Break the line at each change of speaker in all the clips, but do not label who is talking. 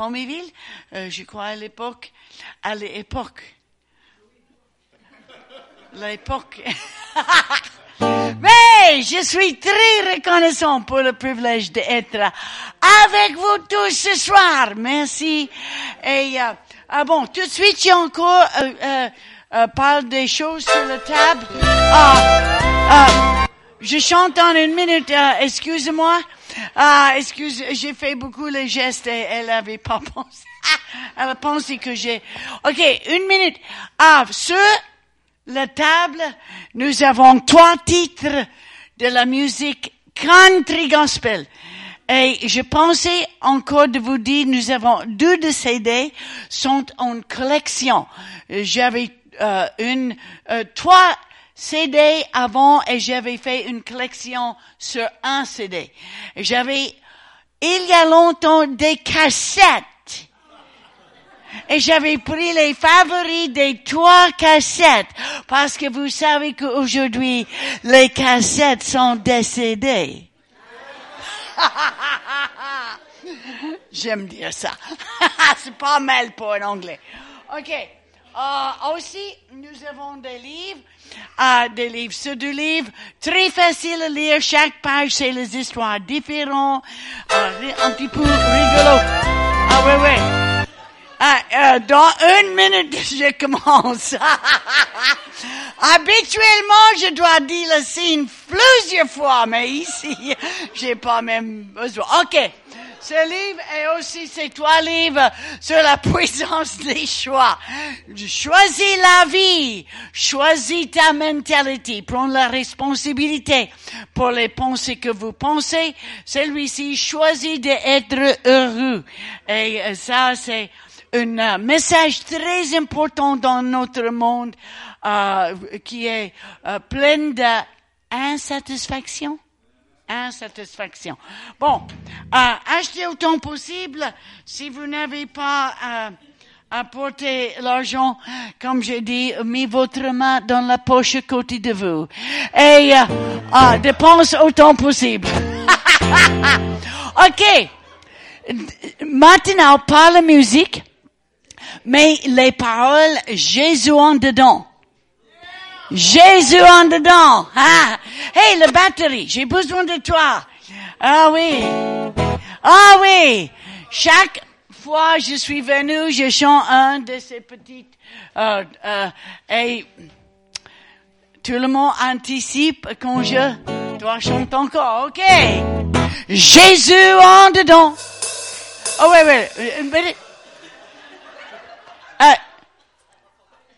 Proméville, euh, je crois à l'époque, à l'époque. L'époque. Mais je suis très reconnaissant pour le privilège d'être avec vous tous ce soir. Merci. Et euh, ah bon, tout de suite, j'ai encore euh, euh, euh, parle des choses sur la table. Ah, ah, je chante en une minute. euh, Excusez-moi. Ah, excuse, j'ai fait beaucoup les gestes et elle avait pas pensé. Ah, Elle a pensé que j'ai. Ok, une minute. Ah, ce la table, nous avons trois titres de la musique country gospel. Et je pensais encore de vous dire, nous avons deux de CD sont en collection. Euh, J'avais euh, une euh, trois CD avant et j'avais fait une collection sur un CD. J'avais il y a longtemps des cassettes et j'avais pris les favoris des trois cassettes parce que vous savez qu'aujourd'hui les cassettes sont décédées. J'aime dire ça. C'est pas mal pour un anglais. OK. Euh, aussi, nous avons des livres, euh, des livres sur deux livres, très faciles à lire. Chaque page, c'est les histoires différentes, euh, ri- un petit peu rigolo. Ah oui, oui. Ah, euh, dans une minute, je commence. Habituellement, je dois dire le signe plusieurs fois, mais ici, j'ai pas même besoin. OK. Ce livre et aussi ces trois livres sur la puissance des choix. Choisis la vie. Choisis ta mentalité. Prends la responsabilité pour les pensées que vous pensez. Celui-ci choisit d'être heureux. Et euh, ça, c'est un euh, message très important dans notre monde euh, qui est euh, plein d'insatisfaction. Insatisfaction. Bon, euh, achetez autant possible si vous n'avez pas euh, apporté l'argent, comme j'ai dit, mis votre main dans la poche à côté de vous et euh, euh, dépense autant possible. ok. Maintenant, pas la musique, mais les paroles Jésus en dedans. Jésus en dedans. Ah. Hey, la batterie, j'ai besoin de toi. Ah oui. Ah oui. Chaque fois je suis venue, je chante un de ces petites... euh, euh, et tout le monde anticipe quand je dois chanter encore. OK. Jésus en dedans. Oh, wait, wait. uh, But it, uh,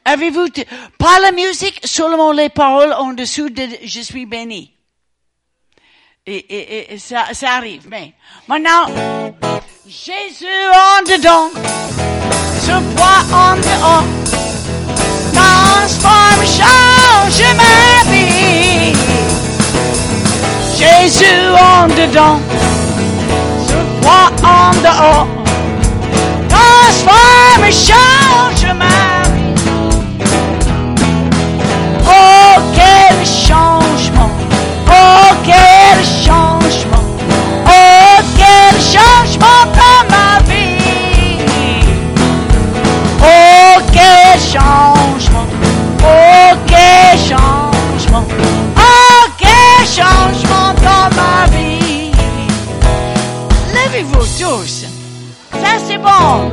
Avez-vous t- pas la musique, seulement les paroles en dessous de Je suis béni. Et, et- et- et ça, ça arrive, mais maintenant, Jésus en dedans, ce poids en dehors, transforme, change ma vie. Jésus en dedans, ce poids en dehors, transforme, change ma vie. Oh, quel changement! Oh, quel changement! Oh, quel changement dans ma vie! Oh, quel changement! Oh, quel changement! Oh, quel changement dans ma vie! Levez-vous tous! Ça, c'est bon!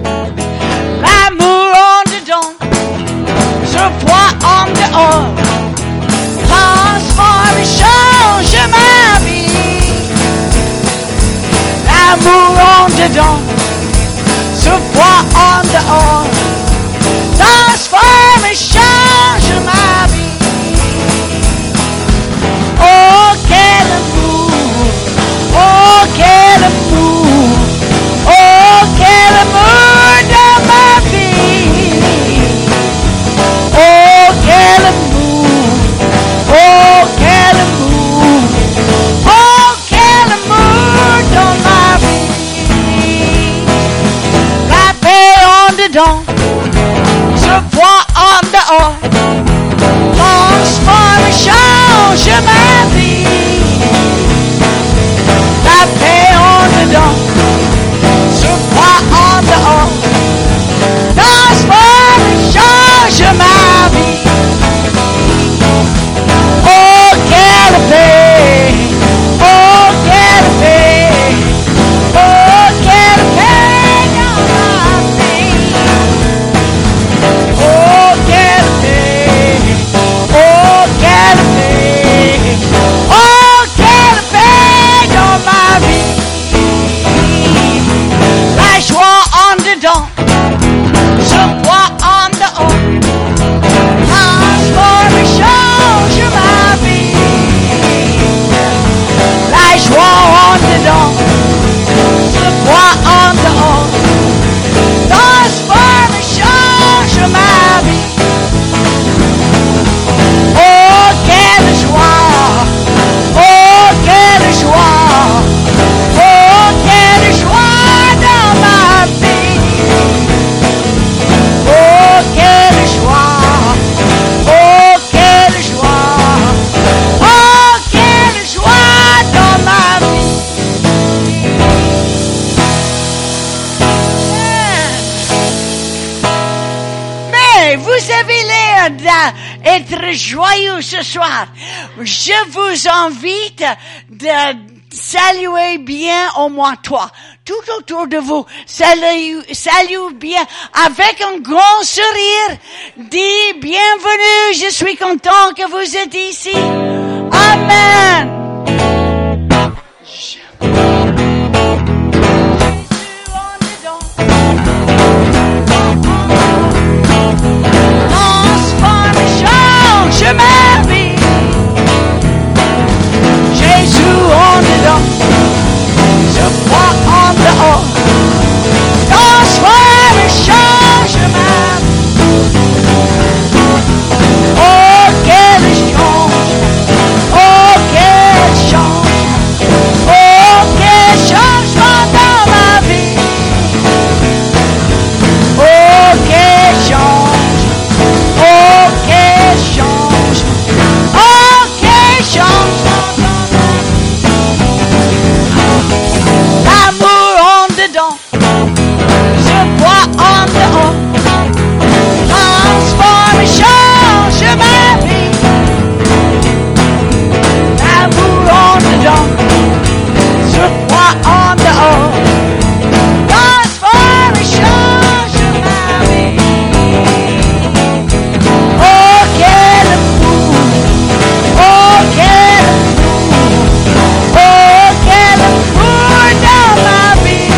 L'amour en dedans, ce poids en dehors. Transforme et change ma vie. L'amour en dedans, ce poids en dehors. Transforme et change ma vie. Oh, quel amour! Oh, quel amour! Oh, quel amour dans ma vie! Oh, quel amour! Oh, quel amour! Oh, quel amour dans ma vie! La paix en dedans, je vois en dehors. Transforme, change ma vie. La paix en dedans, je vois en dehors. dedans. Je crois en dehors. Transformation, je m'habille. La joie en dedans. Je crois en dehors. Transformation, je m'habille. Oh, quelle joie! Oh, quelle joie! Oh, quelle joie dans ma vie! Oh, quelle joie! Oh, quelle joie! Oh, quelle joie dans ma vie! Mais vous avez l'air d'être joyeux ce soir. Je vous invite de saluer bien au moins toi. Tout autour de vous, salue, salue bien avec un grand sourire. Dis bienvenue, je suis content que vous êtes ici. Amen. Je- Jésus en dedans. Transformation, je m'habille. Jésus en dedans, je crois en dehors. Transformation, je m'habille. Oh, quel change, oh, quel change, oh, quel changement dans ma vie. Oh, quel change. Oh, quel change Oh, quel change L'amour en dedans Je vois en dehors Transforme et change ma vie L'amour en dedans Je vois en dehors Transforme et change ma vie Oh, quel amour Oh, quel amour Oh, quel amour dans ma vie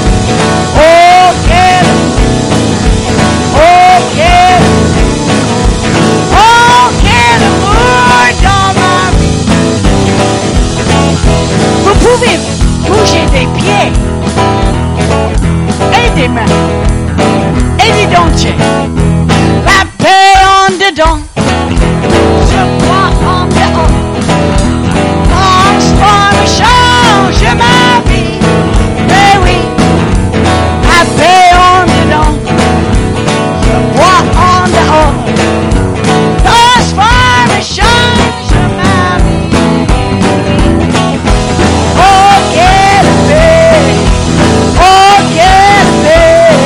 Oh, quel amour Oh, quel amour Oh, quel amour dans ma vie Vous pouvez bouger des pieds et des mains et des dentiers la paix en dedans. Je crois en dehors. Transforme, change ma vie. Eh oui, la paix en dedans. Je crois en dehors. Transforme, change ma vie. Oh, quelle paix. Oh, quelle paix.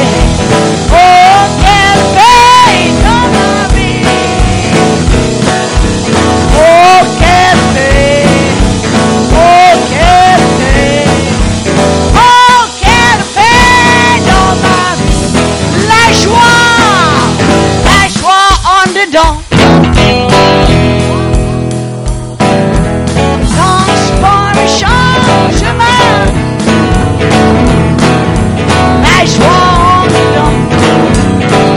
Oh, quelle paix dans ma vie Oh, quelle paix Oh, quelle paix Oh, quelle paix dans ma vie La joie La joie en dedans Transforme, change ma La joie en dedans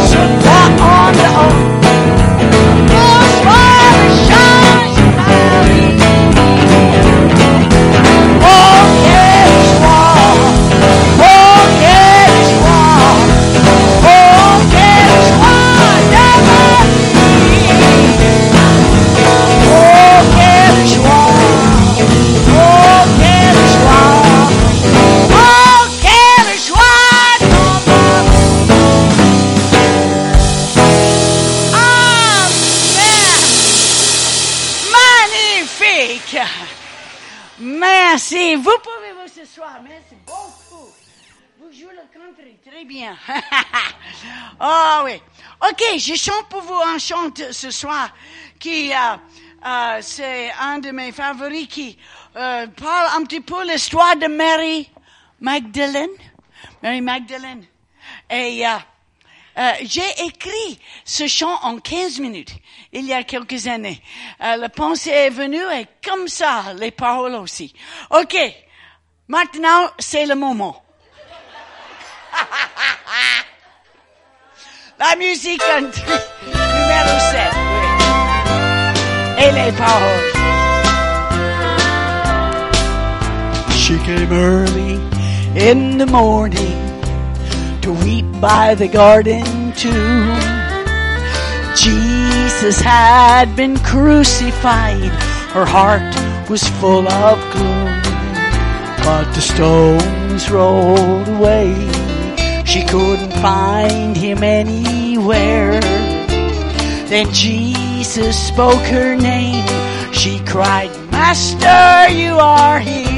je crois en dehors. Transforme, change ma vie. Oh, quelle joie! Oh, quelle joie! Oh, quelle joie dans ma vie! Oh, quelle joie! Oh, quelle joie! Oh, quelle joie dans ma vie! Ah, Amen. Magnifique. Merci. Vous pouvez vous ce soir. Merci beaucoup. Vous jouez le country très bien. Ah oui. Ok, je chante pour vous un chant ce soir qui euh, euh, c'est un de mes favoris qui euh, parle un petit peu l'histoire de Mary Magdalene. Mary Magdalene. Et euh, euh, j'ai écrit ce chant en 15 minutes, il y a quelques années. Euh, la pensée est venue et comme ça, les paroles aussi. OK, maintenant, c'est le moment.
la musique country numéro 7. oui. Et les paroles.
She came early in the morning to weep by the garden tomb. Jesus had been crucified. Her heart was full of gloom. But the stones rolled away. She couldn't find him anywhere. Then Jesus spoke her name. She cried, Master, you are here.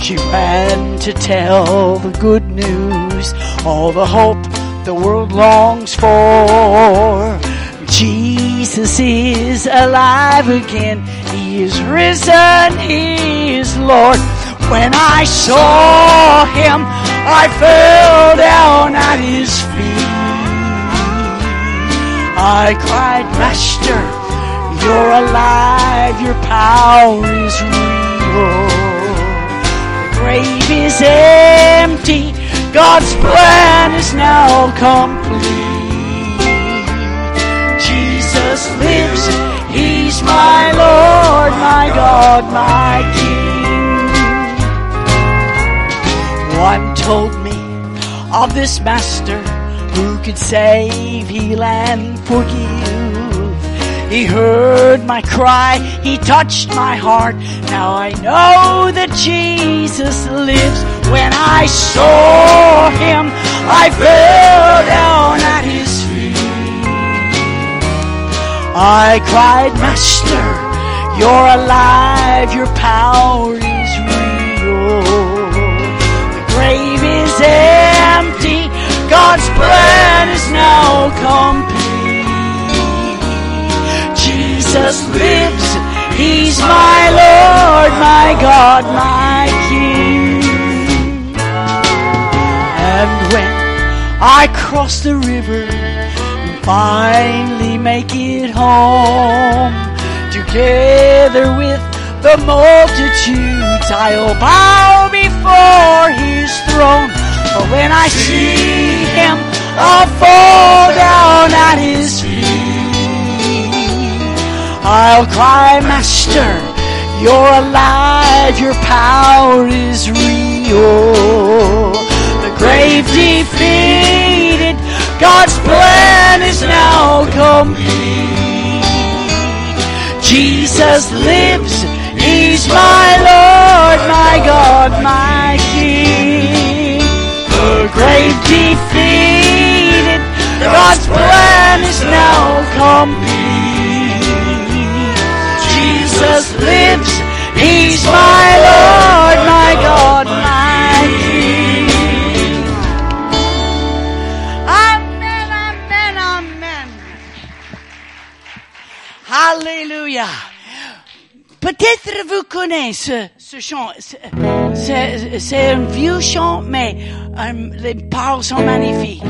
She ran to tell the good news, all the hope the world longs for. Jesus is alive again. He is risen. He is Lord. When I saw him, I fell down at his feet. I cried, Master, you're alive, your power is real. The grave is empty, God's plan is now complete. Jesus lives, He's my Lord, my God, my King. One told me of this master who could save, heal, and forgive. He heard my cry, he touched my heart. Now I know that Jesus lives. When I saw him, I fell down at his feet. I cried, Master, you're alive, your power is real. The grave is empty, God's plan is now complete. Jesus lives, He's my Lord, my God, my King. And when I cross the river and finally make it home, together with the multitudes, I'll bow before His throne. For when I see Him, I'll fall down at His feet. I'll cry, Master, you're alive, your power is real. The grave defeated, God's plan is now complete. Jesus lives, He's my Lord, my God, my King. The grave defeated, God's plan is now complete. Jesus lives, He's my Lord, my God, my King.
Amen, amen, amen. Alléluia. Peut-être vous connaissez ce, ce chant. C'est- C'est c'est un vieux chant, mais euh, les paroles sont magnifiques.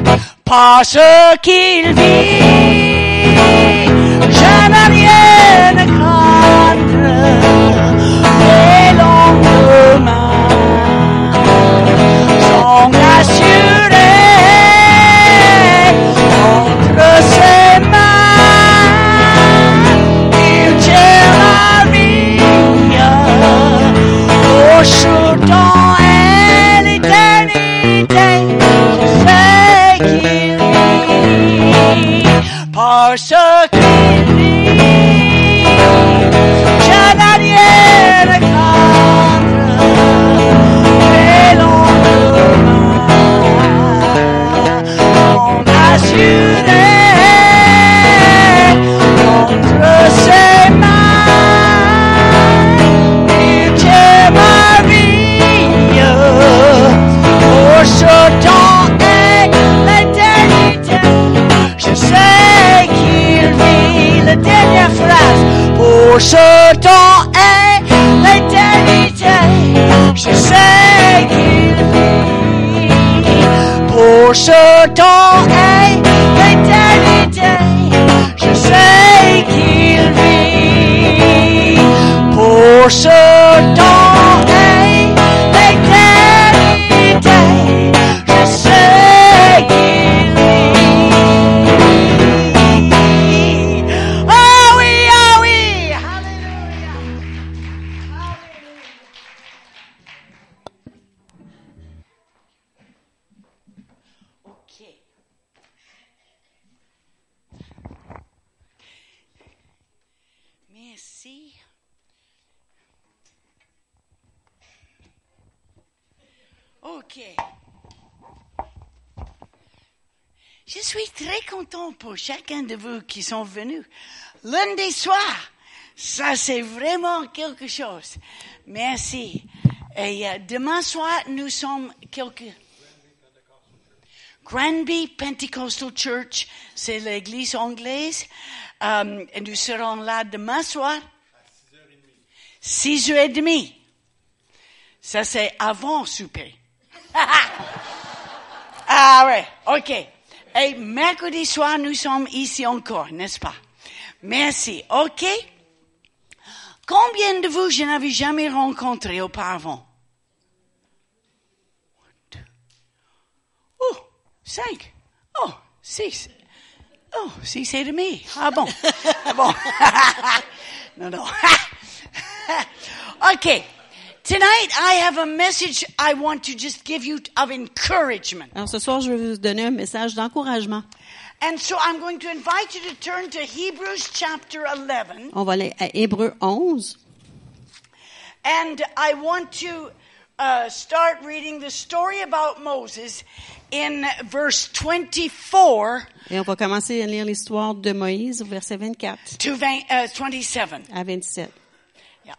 Parce qu'il vit, je n'ai rien à craindre. Les lendemains sont assurés entre ses mains. Il tient la vigne
oh,
au jour dans l'éternité. Je sais qu'il vit parce qu'il vit. Je n'ai rien à craindre. Les lendemains sont assurés entre ses mains. Il tient ma vie pour ce temps et l'éternité. Je sais qu'il vit la dernière phrase
Oh,
pour ce temps et l'éternité. Je sais qu'il vit
Oh,
pour ce temps et l'éternité. Je sais qu'il vit
Oh,
pour ce temps et l'éternité. Je sais qu'il vit. OK. Merci. OK. Je suis très content pour chacun de vous qui sont venus. Lundi soir, ça c'est vraiment quelque chose. Merci. Et euh, demain soir, nous sommes quelque... Granby Pentecostal Church, c'est l'église anglaise. Euh, et nous serons là demain soir. À 6h30. 6h30. Ça, c'est avant souper. ah ouais, ok. Et mercredi soir, nous sommes ici encore, n'est-ce pas? Merci, ok? Combien de vous je n'avais jamais rencontré auparavant? Oh, cinq. Oh, six. Oh, six et demi. Ah bon. Ah bon. no, no. okay. Tonight I have a message I want to just give you of encouragement.
Alors ce soir, je vais vous donner un message d'encouragement.
And so I'm going to invite you to turn to Hebrews chapter 11.
On va aller à Hébreu 11
And I want to uh, start reading the story about Moses in verse 24
et on va commencer à lire l'histoire de Moïse au verset 24
to 20, uh, 27.
à 27.
Yeah.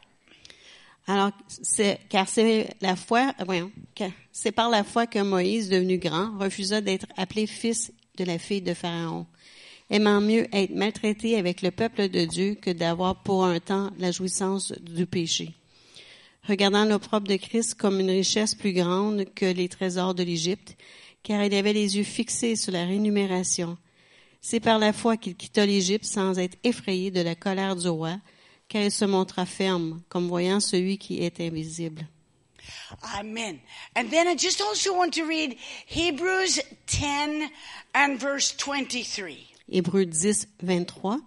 Alors, c'est, car c'est la foi, euh, voyons, car c'est par la foi que Moïse, devenu grand, refusa d'être appelé fils de la fille de Pharaon, aimant mieux être maltraité avec le peuple de Dieu que d'avoir pour un temps la jouissance du péché. Regardant l'opprobre de Christ comme une richesse plus grande que les trésors de l'Égypte, car il avait les yeux fixés sur la rémunération. C'est par la foi qu'il quitta l'Égypte sans être effrayé de la colère du roi, car il se montra ferme, comme voyant celui qui est invisible.
Amen. And then I just also want to read Hebrews 10 and verse 23.
Hébreux 10, 23.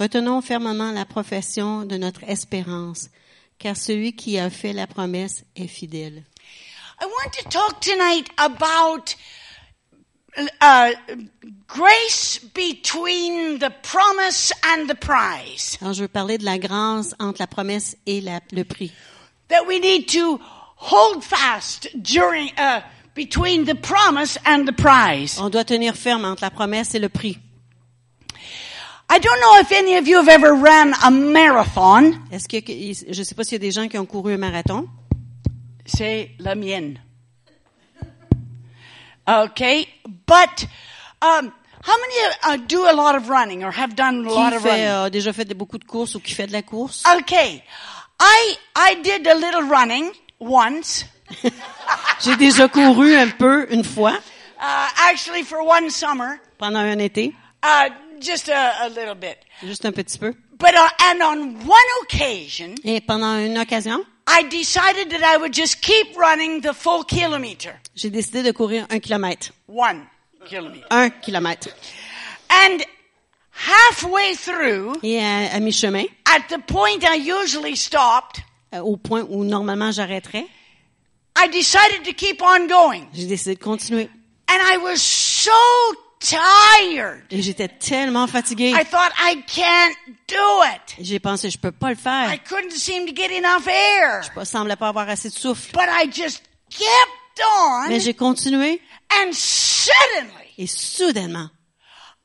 Retenons fermement la profession de notre espérance, car celui qui a fait la promesse est fidèle.
I want to talk tonight about uh, grace between the promise and the prize.
Alors, je veux parler de la grâce entre la promesse et la- le prix.
That we need to hold fast during, uh, between the promise and the prize.
On doit tenir ferme entre la promesse et le prix.
I don't know if any of you have ever ran a marathon.
Est-ce que, je ne sais pas s'il y a des gens qui ont couru un marathon.
C'est la mienne. Okay, but um, how many uh, do a lot of running or have done a lot
Qui
of
fait,
running?
a déjà fait de- beaucoup de courses ou qui fait de la course.
Okay. I I did a little running once,
J'ai déjà couru un peu une fois
uh, actually for one summer,
pendant un été,
uh, just a, a little bit.
juste un petit peu.
But uh, and on one occasion,
Et pendant une occasion,
I decided that I would just keep running the full kilometer,
j'ai décidé de courir un kilomètre.
one kilometer,
Un kilomètre.
and halfway through,
Et à, à mi-chemin,
at the point I usually stopped,
euh, au point où normalement j'arrêterais,
I decided to keep on going,
j'ai décidé de continuer.
and I was so tired.
Et j'étais tellement fatiguée.
I thought I can't do it.
J'ai pensé, je peux pas
I
le faire.
couldn't seem to get enough air.
Je semblais pas avoir assez de souffle.
But I just kept on,
Mais j'ai continué
and suddenly
et soudainement,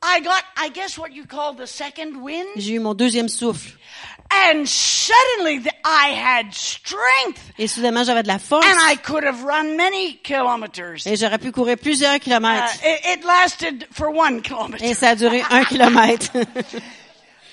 I got, I guess, what you call the second wind.
j'ai eu mon deuxième souffle.
And suddenly th- I had strength,
Et soudainement, j'avais de la force.
and I could have run many kilometers.
Et j'aurais pu courir plusieurs
Uh,
kilomètres.
it, it lasted for one
Et
kilometer.
ça a duré un kilomètre.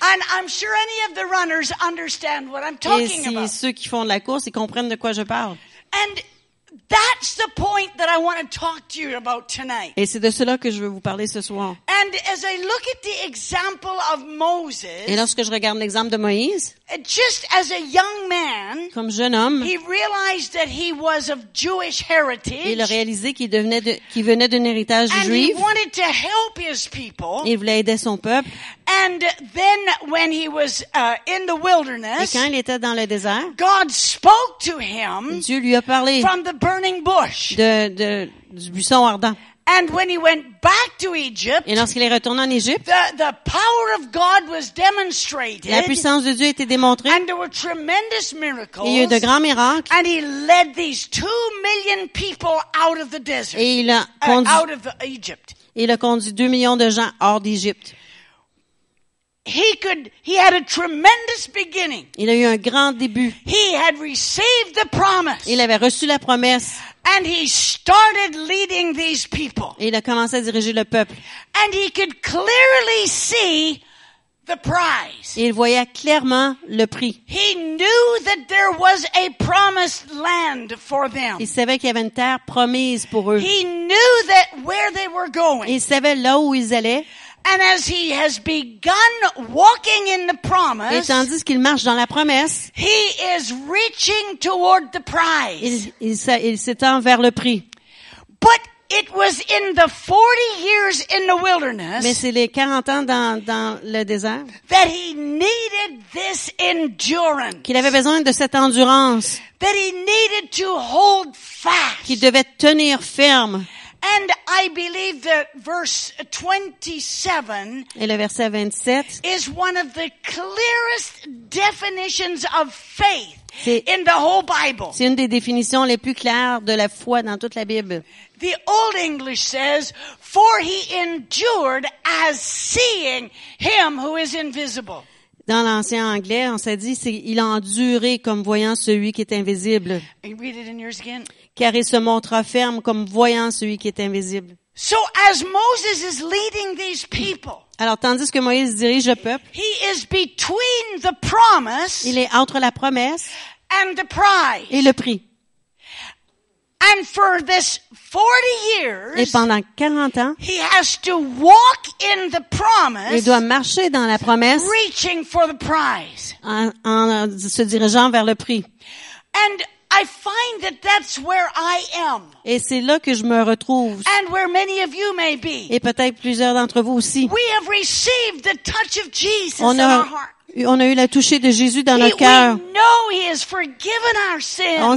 And I'm sure any of the runners understand what I'm
Et
talking
si
about.
ceux qui font de la course, ils comprennent de quoi je parle.
And that's the point that I want to talk to you about tonight.
Et c'est de cela que je veux vous parler ce soir.
And as I look at the example of Moses,
Et lorsque je regarde l'exemple de Moïse,
uh, just as a young man,
comme jeune homme,
he realized that he was of Jewish
il a
heritage
réalisé qu'il devenait de- qu'il venait d'un héritage
and he
juif.
wanted to help his people.
Il voulait aider son peuple.
And then when he was uh, in the
Et
wilderness,
quand il était dans le désert,
God spoke to him
Dieu lui a parlé
from the burning bush.
de, de- du buisson ardent.
And when he went back to Egypt,
Et lorsqu'il est retourné en Égypte,
the, the power of God was
la
demonstrated,
puissance de Dieu a été démontrée.
and there were tremendous
Il y a eu
miracles.
de grands miracles.
And he led these two million people out of the desert,
Et il a
uh,
conduit,
out of the Egypt.
il a conduit deux millions de gens hors d'Égypte.
He could. He had a tremendous beginning.
Il a eu un grand début.
He had received the promise,
Il avait reçu la promesse.
and he started leading these people.
Et il a commencé à diriger le peuple.
And he could clearly see the prize.
Et il voyait clairement le prix.
He knew that there was a promised land for them.
Il savait qu'il y avait une terre promise pour eux.
He knew that where they were
Et
going.
il savait là où ils allaient.
And as he has begun walking in the
Et
promise,
tandis qu'ils marchent dans la promesse,
he is reaching toward the prize.
il, il, s'a- il s'étend vers le prix.
But it was in the 40 years in the
Mais
wilderness
c'est les 40 ans dans, dans le désert
that he needed this endurance,
qu'il avait besoin de cette endurance,
that he needed to hold fast.
qu'il devait tenir ferme.
And I believe that verse 27
Et le verset 27,
is one of the clearest definitions of faith
C'est-
in the whole Bible.
c'est une des définitions les plus claires de la foi dans toute la Bible.
The Old English says, for he endured as seeing him who is invisible.
Dans l'ancien anglais, on s'est dit, c'est, il a enduré comme voyant celui qui est invisible,
Can you read it in yours again?
car il se montra ferme comme voyant celui qui est invisible.
So as Moses is leading these people,
Alors, tandis que Moïse dirige le peuple,
he is between the promise
il est entre la promesse
and the prize.
et le prix.
And for this 40 years,
Et pendant 40 ans,
He has to walk in the
il
promise,
doit marcher dans la promesse
reaching for the prize.
en, en se dirigeant vers le prix.
And I find that that's where I am,
Et c'est là que je me retrouve,
and where many of you may be.
et peut-être plusieurs d'entre vous aussi.
We have received the touch of Jesus
On
in our
a,
heart.
on a eu la touchée de Jésus dans
He-
notre cœur.
we know He has forgiven our
On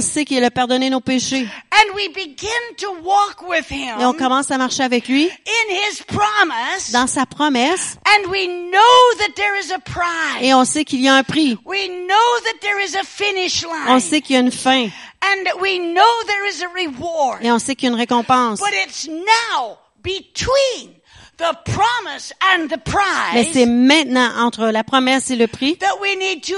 sins,
sait qu'il a pardonné nos péchés.
and we begin to walk with Him
Et on commence à marcher avec lui
in His promise,
dans sa promesse.
and we know that there is a prize.
Et on sait qu'il y a un prix.
We know that there is a finish
On
line,
sait qu'il y a une fin.
and we know there is a reward.
Et on sait qu'il y a une récompense.
But it's now between the promise and the
Mais
prize
c'est maintenant entre la promesse et le prix.
that we need to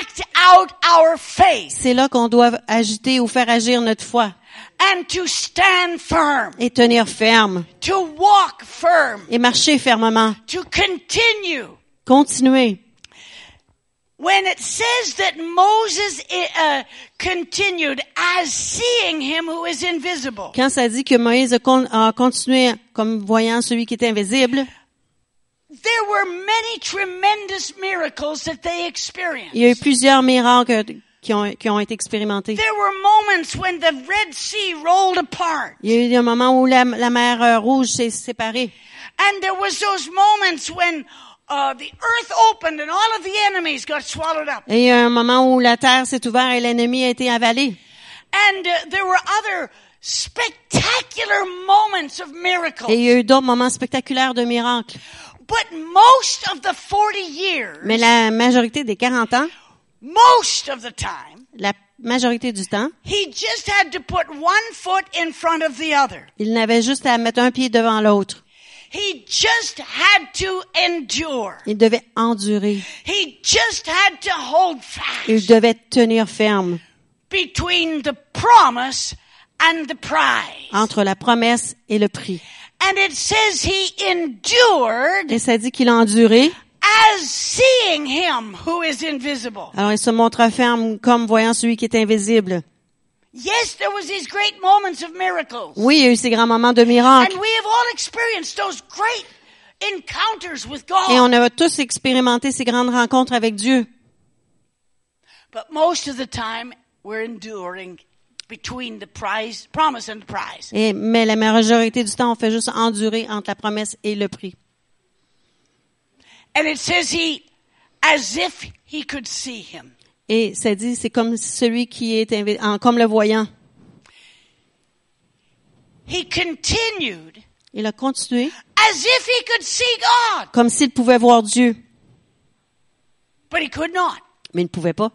act out our faith
C'est là qu'on doit agiter ou faire agir notre foi
and to stand firm,
et tenir ferme
to walk firm,
et marcher fermement.
to continue.
Continuer.
When it says that Moses uh, continued as seeing him who is invisible,
Quand ça dit que Moïse a, con- a continué comme voyant celui qui est invisible,
there were many tremendous miracles that they experienced.
il y a eu plusieurs miracles qui ont, qui ont été expérimentés.
There were moments when the Red Sea rolled apart.
Il y a eu un moment où la, la mer euh, rouge s'est séparée.
And there was those moments when uh, the earth opened and all of the enemies got swallowed up.
Et il y a un moment où la terre s'est ouverte et l'ennemi a été avalé.
And uh, there were other spectacular moments of
Et il
miracles.
y a eu d'autres moments spectaculaires de miracles.
But most of the 40 years,
Mais la majorité des 40 ans,
most of the time,
la majorité du temps,
he just had to put one foot in front of the other.
il n'avait juste à mettre un pied devant l'autre.
He just had to endure.
Il devait endurer.
He just had to hold
Il
fast
devait tenir ferme
between the promise and the prize.
entre la promesse et le prix.
And it says he endured
Et ça dit qu'il a enduré.
as seeing him who is invisible.
Alors il se montra ferme comme voyant celui qui est invisible.
Yes, there was these great moments of miracles.
Oui, il y a eu ces grands moments de miracle.
And we have all experienced those great encounters with
Et on
God.
a tous expérimenté ces grandes rencontres avec Dieu.
But most of the time, we're enduring between the prize, promise and the prize.
Et, mais la majorité du temps, on fait juste endurer entre la promesse et le prix.
And it says he, as if he could see him.
Et ça dit, c'est comme celui qui est invi- en- comme le voyant.
he continued
Il a continué
as if he could see God,
comme s'il pouvait voir Dieu,
but he could not.
mais il ne pouvait pas.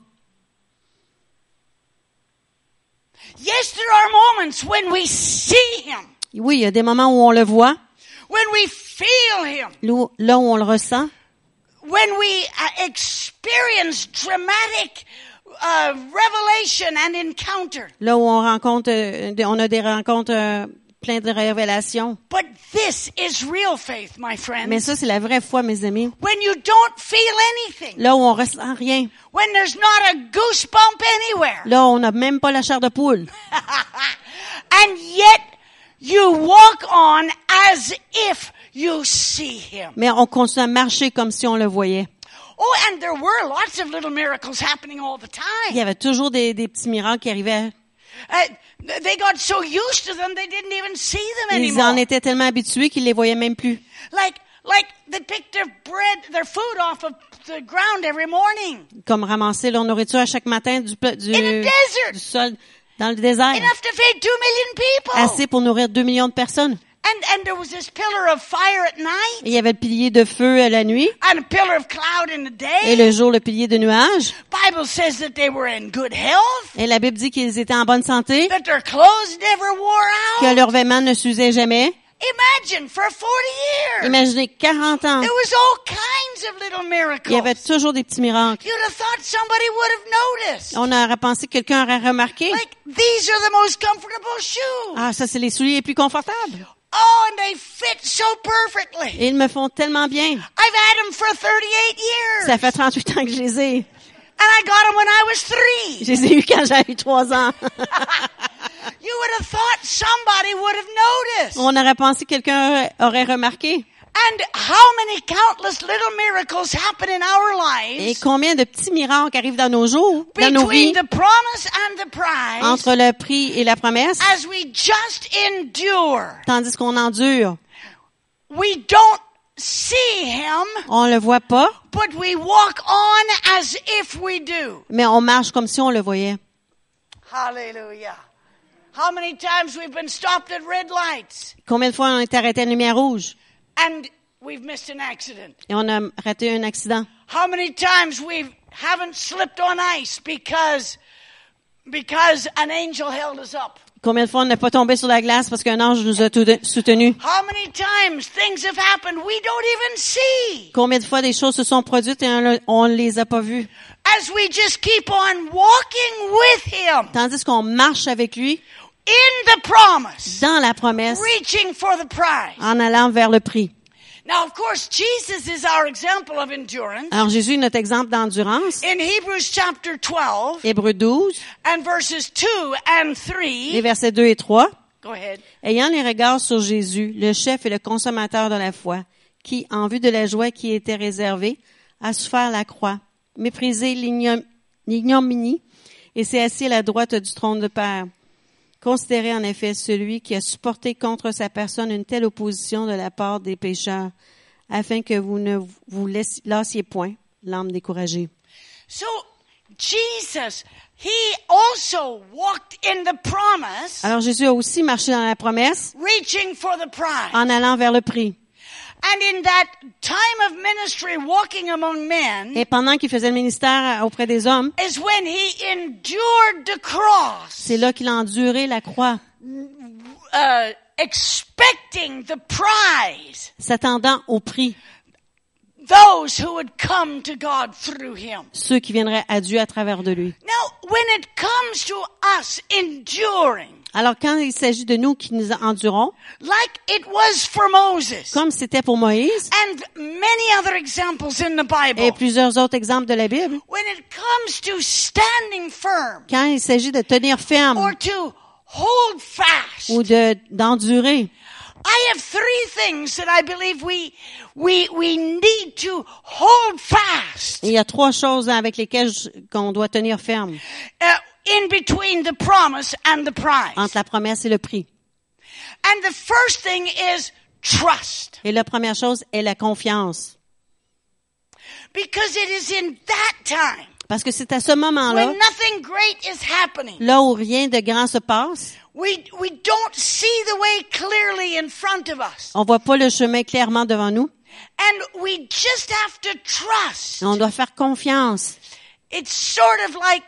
Yes, there are moments when we see him,
Oui, il y a des moments où on le voit,
when we feel him,
là où là où on le ressent,
when we uh, experience dramatic uh, revelation and encounter.
là où on rencontre, euh, des- on a des rencontres euh, pleines de révélations.
But this is real faith, my
Mais
friends.
ça, c'est la vraie foi, mes amis.
When you don't feel anything,
Là où on ressent rien,
when there's not a goosebump anywhere,
là où on n'a même pas la chair de poule,
and yet you walk on as if you see him.
mais on continue à marcher comme si on le voyait.
Oh, and there were lots of little miracles happening all the
Il y
time.
avait toujours des, des petits miracles qui arrivaient.
Uh, they got so used to them they didn't even see them
Ils en
anymore.
étaient tellement habitués qu'ils les voyaient même plus.
Like like they picked their bread, their food off of the ground every morning
Comme ramasser leur nourriture à chaque matin du, pla- du,
In the desert.
du sol, dans le désert.
enough to feed two million people.
Assez pour nourrir deux millions de personnes.
And and there was this pillar of fire at night
Il y avait le pilier de feu à la nuit
and a pillar of cloud in the
et
day.
le jour le pilier de nuages.
Bible says that they were in good health,
Et la Bible dit qu'ils étaient en bonne santé,
that their clothes never wore
que
out.
leur vêtement ne s'usait jamais.
Imagine for 40 years.
Imaginez 40 ans.
There was all kinds of little
Il y avait
miracles.
toujours des petits miracles.
You'd have thought somebody would have noticed.
On aurait pensé que quelqu'un aurait remarqué.
Like these are the most comfortable shoes.
Ah, ça, c'est les souliers les plus confortables.
Oh, and they fit so perfectly.
Et ils me font tellement bien.
I've had them for 38 years.
Ça fait 38 ans que je les ai.
And I got them when I was three.
Je les ai eus quand j'avais 3 ans.
You would have thought somebody would have noticed.
On aurait pensé que quelqu'un aurait remarqué.
And how many countless little miracles happen in our
Et
lives
combien de petits miracles arrivent dans nos jours, dans nos vies,
between the promise and the prize
entre le prix et la promesse,
as we just endure.
tandis qu'on endure.
We don't see him,
On le voit pas,
but we walk on as if we do.
mais on marche comme si on le voyait.
Hallelujah. How many times we've been stopped at red lights
Combien de fois on est arrêté à une lumière rouge
and we've missed an accident?
et on a raté un accident?
How many times we haven't slipped on ice because because an angel held us up?
Combien de fois on n'est pas tombé sur la glace parce qu'un ange nous a tout de- soutenus?
How many times things have happened we don't even see
Combien de fois des choses se sont produites et on le- on ne les a pas vues?
as we just keep on walking with him
Tandis qu'on marche avec lui
in the promise,
dans la promesse
reaching for the prize.
en allant vers le prix.
Now, of course, Jesus is our example of endurance.
Alors Jésus est notre exemple d'endurance.
In Hebrews chapter 12
Hébreux 12,
and verses 2 and
les
3,
versets 2 et 3.
go ahead.
Ayant les regards sur Jésus, le chef et le consommateur de la foi, qui, en vue de la joie qui était réservée, a souffert la croix, méprisé l'ignom- l'ignominie et s'est assis à la droite du trône de Père. Considérez en effet celui qui a supporté contre sa personne une telle opposition de la part des pécheurs, afin que vous ne vous laiss- lassiez point l'âme découragée.
So, Jesus, he also walked in the promise,
Alors Jésus a aussi marché dans la promesse
reaching for the prize.
en allant vers le prix.
And in that time of ministry, walking among men,
Et pendant qu'il faisait le ministère auprès des hommes,
is when he endured the cross,
C'est là qu'il a enduré la croix,
uh, expecting the prize,
s'attendant au prix,
those who would come to God through him.
ceux qui viendraient à Dieu à travers de lui.
Now, when it comes to us enduring,
Alors quand il s'agit de nous qui nous endurons,
like it was for Moses,
comme c'était pour Moïse
and many other examples in the Bible,
et plusieurs autres exemples de la Bible,
when it comes to standing firm
quand il s'agit de tenir
or
ferme
to hold fast,
ou de d'endurer,
I have three things that I believe we we we need to hold fast
il y a trois choses avec lesquelles je- qu'on doit tenir ferme
uh, in between the promise and the prize.
entre la promesse et le prix.
And the first thing is trust,
Et la première chose est la confiance,
because it is in that time
parce que c'est à ce moment-là,
when nothing great is happening,
là où rien de grand se passe,
We, we don't see the way clearly in front of us.
On voit pas le chemin clairement devant nous.
And we just have to trust.
On doit faire confiance.
It's sort of like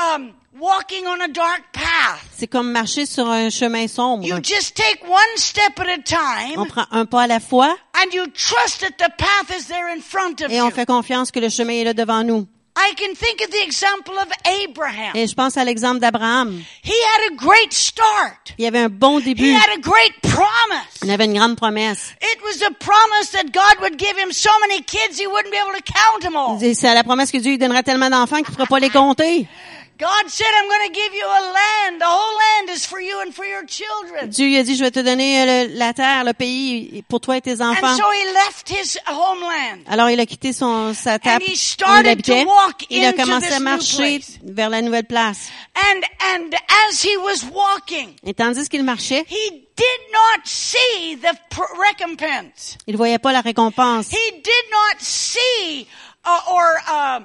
um, walking on a dark path.
C'est comme marcher sur un chemin sombre.
You just take one step at a
On
time
prend un pas à la fois
and you trust that the path is there in front of
et on
you.
Eh, fait confiance que le chemin est là devant nous.
I can think of the example of Abraham.
Et je pense à l'exemple d'Abraham.
He had a great start.
Il y avait un bon
He
début.
had a great promise.
Il avait une grande promesse.
It was a promise that God would give him so many kids he wouldn't be able to count them all.
Et C'est à la promesse que Dieu lui donnera tellement d'enfants qu'il ne pourra pas les compter.
God said, I'm going to give you a land. The whole land is for you and for your children.
Dieu lui a dit, je vais te donner euh, le- la terre, le pays pour toi et tes enfants.
And so he left his homeland.
Alors il a quitté son, sa
And
table
he
où il
started
habitait.
to walk
Il a
into
commencé
this
à
new
marcher
place.
vers la nouvelle place.
And, and as he was walking,
Et tandis qu'il marchait,
he did not see the pr- recompense.
il voyait pas la récompense.
He did not see uh, or uh,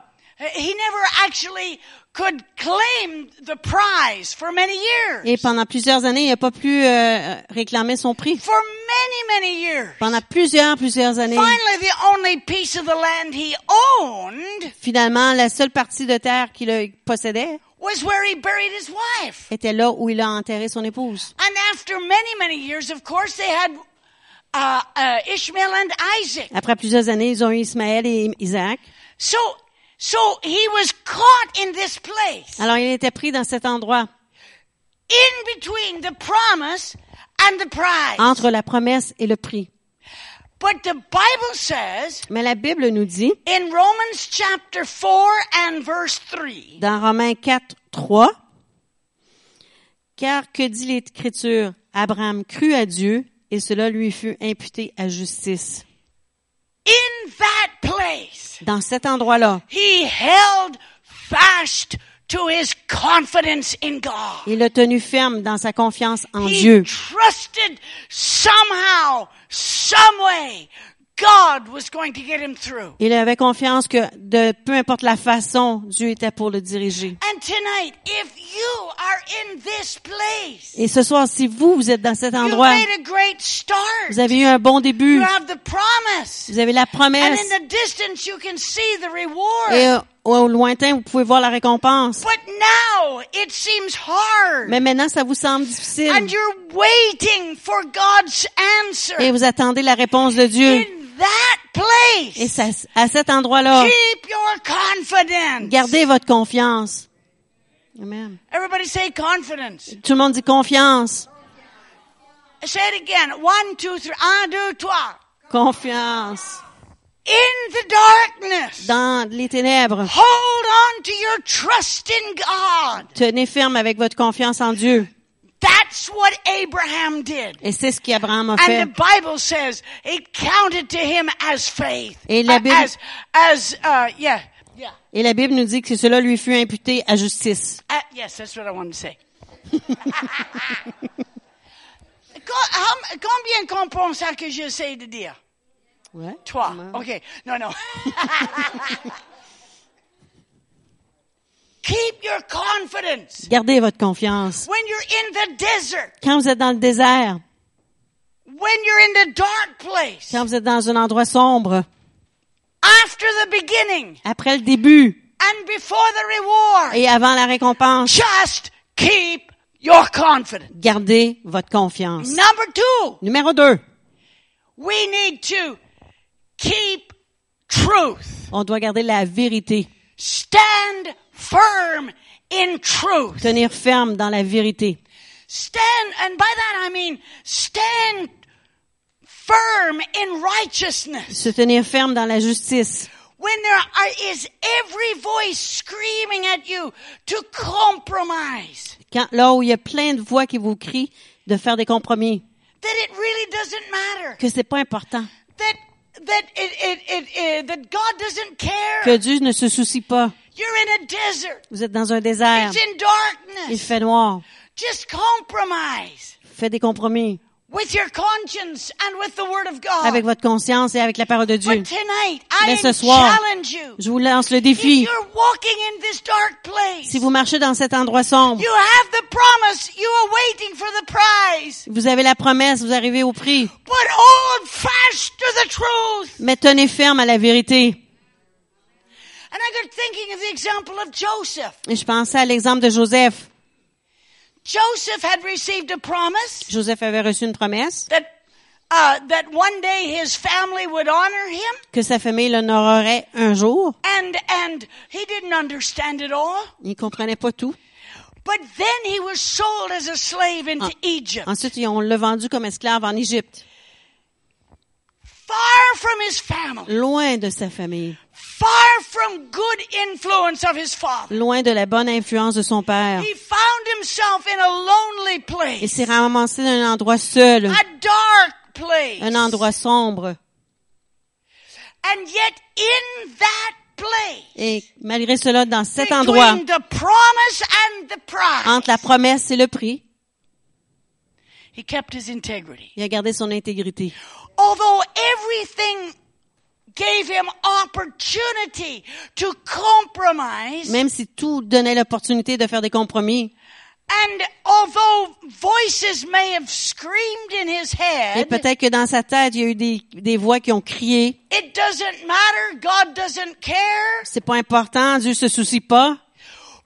he never actually could claim the prize for many years.
Et pendant plusieurs années, il n'a pas pu euh, réclamer son prix.
for many, many years.
Pendant plusieurs, plusieurs années.
Finally, the only piece of the land he owned
Finalement, la seule partie de terre qu'il euh, possédait
was where he buried his wife.
était là où il a enterré son épouse.
And after many, many years, of course, they had uh, uh, Ishmael and Isaac.
Après plusieurs années, ils ont eu Ismaël et Isaac.
So, so he was caught in this place,
Alors, il était pris dans cet endroit,
in between the promise and the prize.
entre la promesse et le prix.
But the Bible says
Mais la Bible nous dit,
in Romans chapter 4 and verse 3
dans Romains 4, 3, car que dit l'Écriture? Abraham crut à Dieu et cela lui fut imputé à justice.
in that place,
Dans cet endroit-là,
he held fast to his confidence in God.
il a tenu ferme dans sa confiance en
He
Dieu.
trusted somehow, some way, God was going to get him through.
Il avait confiance que de peu importe la façon, Dieu était pour le diriger.
And tonight, if you are in this place,
Et ce soir, si vous, vous êtes dans cet
you
endroit,
made a great start.
vous avez eu un bon
You
début,
have the promise.
vous avez la
And
promesse,
in the distance, you can see the reward.
et euh, au, lointain, vous pouvez voir la récompense.
But now it seems hard.
Mais maintenant, ça vous semble difficile,
And you're waiting for God's answer.
et vous attendez la réponse de Dieu.
In that
Et
place,
ça- à cet endroit-là,
keep your confidence.
gardez votre confiance. Amen.
Everybody say confidence.
Tout le monde dit confiance,
Say it again. One, two, three. Un, deux, trois.
confiance.
In the darkness,
Dans les ténèbres,
hold on to your trust in God.
tenez ferme avec votre confiance en Dieu.
That's what Abraham did.
Et c'est ce qu'Abraham a fait.
And the Bible says it counted to him as faith.
Et la
Uh,
Bible-
as, as, uh, yeah, yeah.
Et la Bible nous dit que cela lui fut imputé à justice.
Uh, yes, that's what I wanted to say. Co- hum- Combien comprends ça que j'essaie de dire?
Ouais.
Toi. OK. Non, non. Keep your confidence.
Gardez votre confiance.
When you're in the desert,
Quand vous êtes dans le désert,
when you're in the dark place,
quand vous êtes dans un endroit sombre,
after the beginning
après le début
and before the reward,
et avant la récompense,
just keep your confidence.
gardez votre confiance.
Number two,
Numéro 2,
we need to keep truth.
on doit garder la vérité.
Stand firm in truth.
Tenir ferme dans la vérité.
Stand, and by that I mean stand firm in righteousness.
Se tenir ferme dans la justice.
When there are, is every voice screaming at you to compromise,
Quand, là où il y a plein de voix qui vous crient de faire des compromis,
that it really doesn't matter.
que c'est pas important,
That that it, it, it, it that God doesn't
que
care.
Dieu ne se soucie pas.
You're in a desert.
Vous êtes dans un désert.
It's in
Il
darkness.
fait noir.
Just compromise.
Faites des compromis.
with your conscience and with the Word of God.
avec votre conscience et avec la parole de Dieu.
But tonight, I
Mais ce soir,
challenge you.
Je vous lance le
If
défi.
you're walking in this dark place,
Si vous marchez dans cet endroit sombre,
you have the promise, you are waiting for the prize.
vous avez la promesse, vous arrivez au prix.
But hold fast to the truth.
Mais tenez ferme à la vérité.
And I got thinking of the example of Joseph.
Et je pensais à l'exemple de Joseph.
Joseph had received a promise
Joseph avait reçu une promesse
that uh, that one day his family would honor him,
que sa famille l'honorerait un jour.
and and he didn't understand it all.
Il comprenait pas tout.
But then he was sold as a slave into
Uh,
Egypt,
Ensuite, ils ont- on l'a vendu comme esclave en Égypte,
far from his family,
loin de sa famille,
far from good influence of his father.
loin de la bonne influence de son père.
He found himself in a lonely
Il
place,
s'est ramassé dans un endroit seul,
a dark place,
un endroit sombre.
and yet in that place,
Et malgré cela, dans cet endroit,
between the promise and the prize,
entre la promesse et le prix,
he kept his integrity.
il a gardé son intégrité.
although everything gave him opportunity to compromise
Même si tout donnait l'opportunité de faire des compromis,
and although voices may have screamed in his
et
head
peut-être que dans sa tête, il y a eu des, des voix qui ont crié,
it doesn't matter god doesn't care
c'est pas important, Dieu se soucie pas,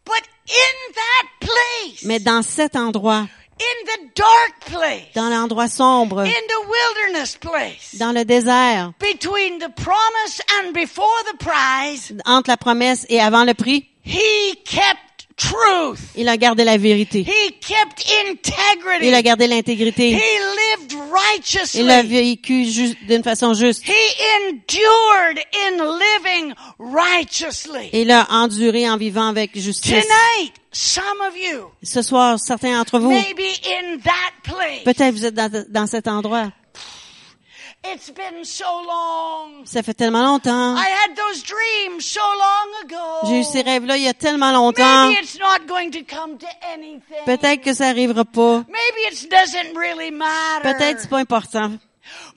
but in that place
mais dans cet endroit,
in the dark place
dans l'endroit sombre,
in the wilderness place
dans le désert,
between the promise and before the prize
entre la promesse et avant le prix,
he kept truth
il a gardé la vérité.
he kept integrity
Il a gardé l'intégrité.
He lived righteously.
Il a vécu ju- d'une façon juste.
He endured in living righteously.
Et il a enduré en vivant avec justice.
Tonight, some of you
Ce soir, certains d'entre vous,
may be in that place.
peut-être vous êtes dans, dans cet endroit.
It's been so long.
Ça fait tellement longtemps.
I had those dreams so long ago.
J'ai eu ces rêves-là il y a tellement longtemps.
Maybe it's not going to come to anything.
Peut-être que ça arrivera pas.
Maybe it doesn't really matter.
Peut-être c'est pas important.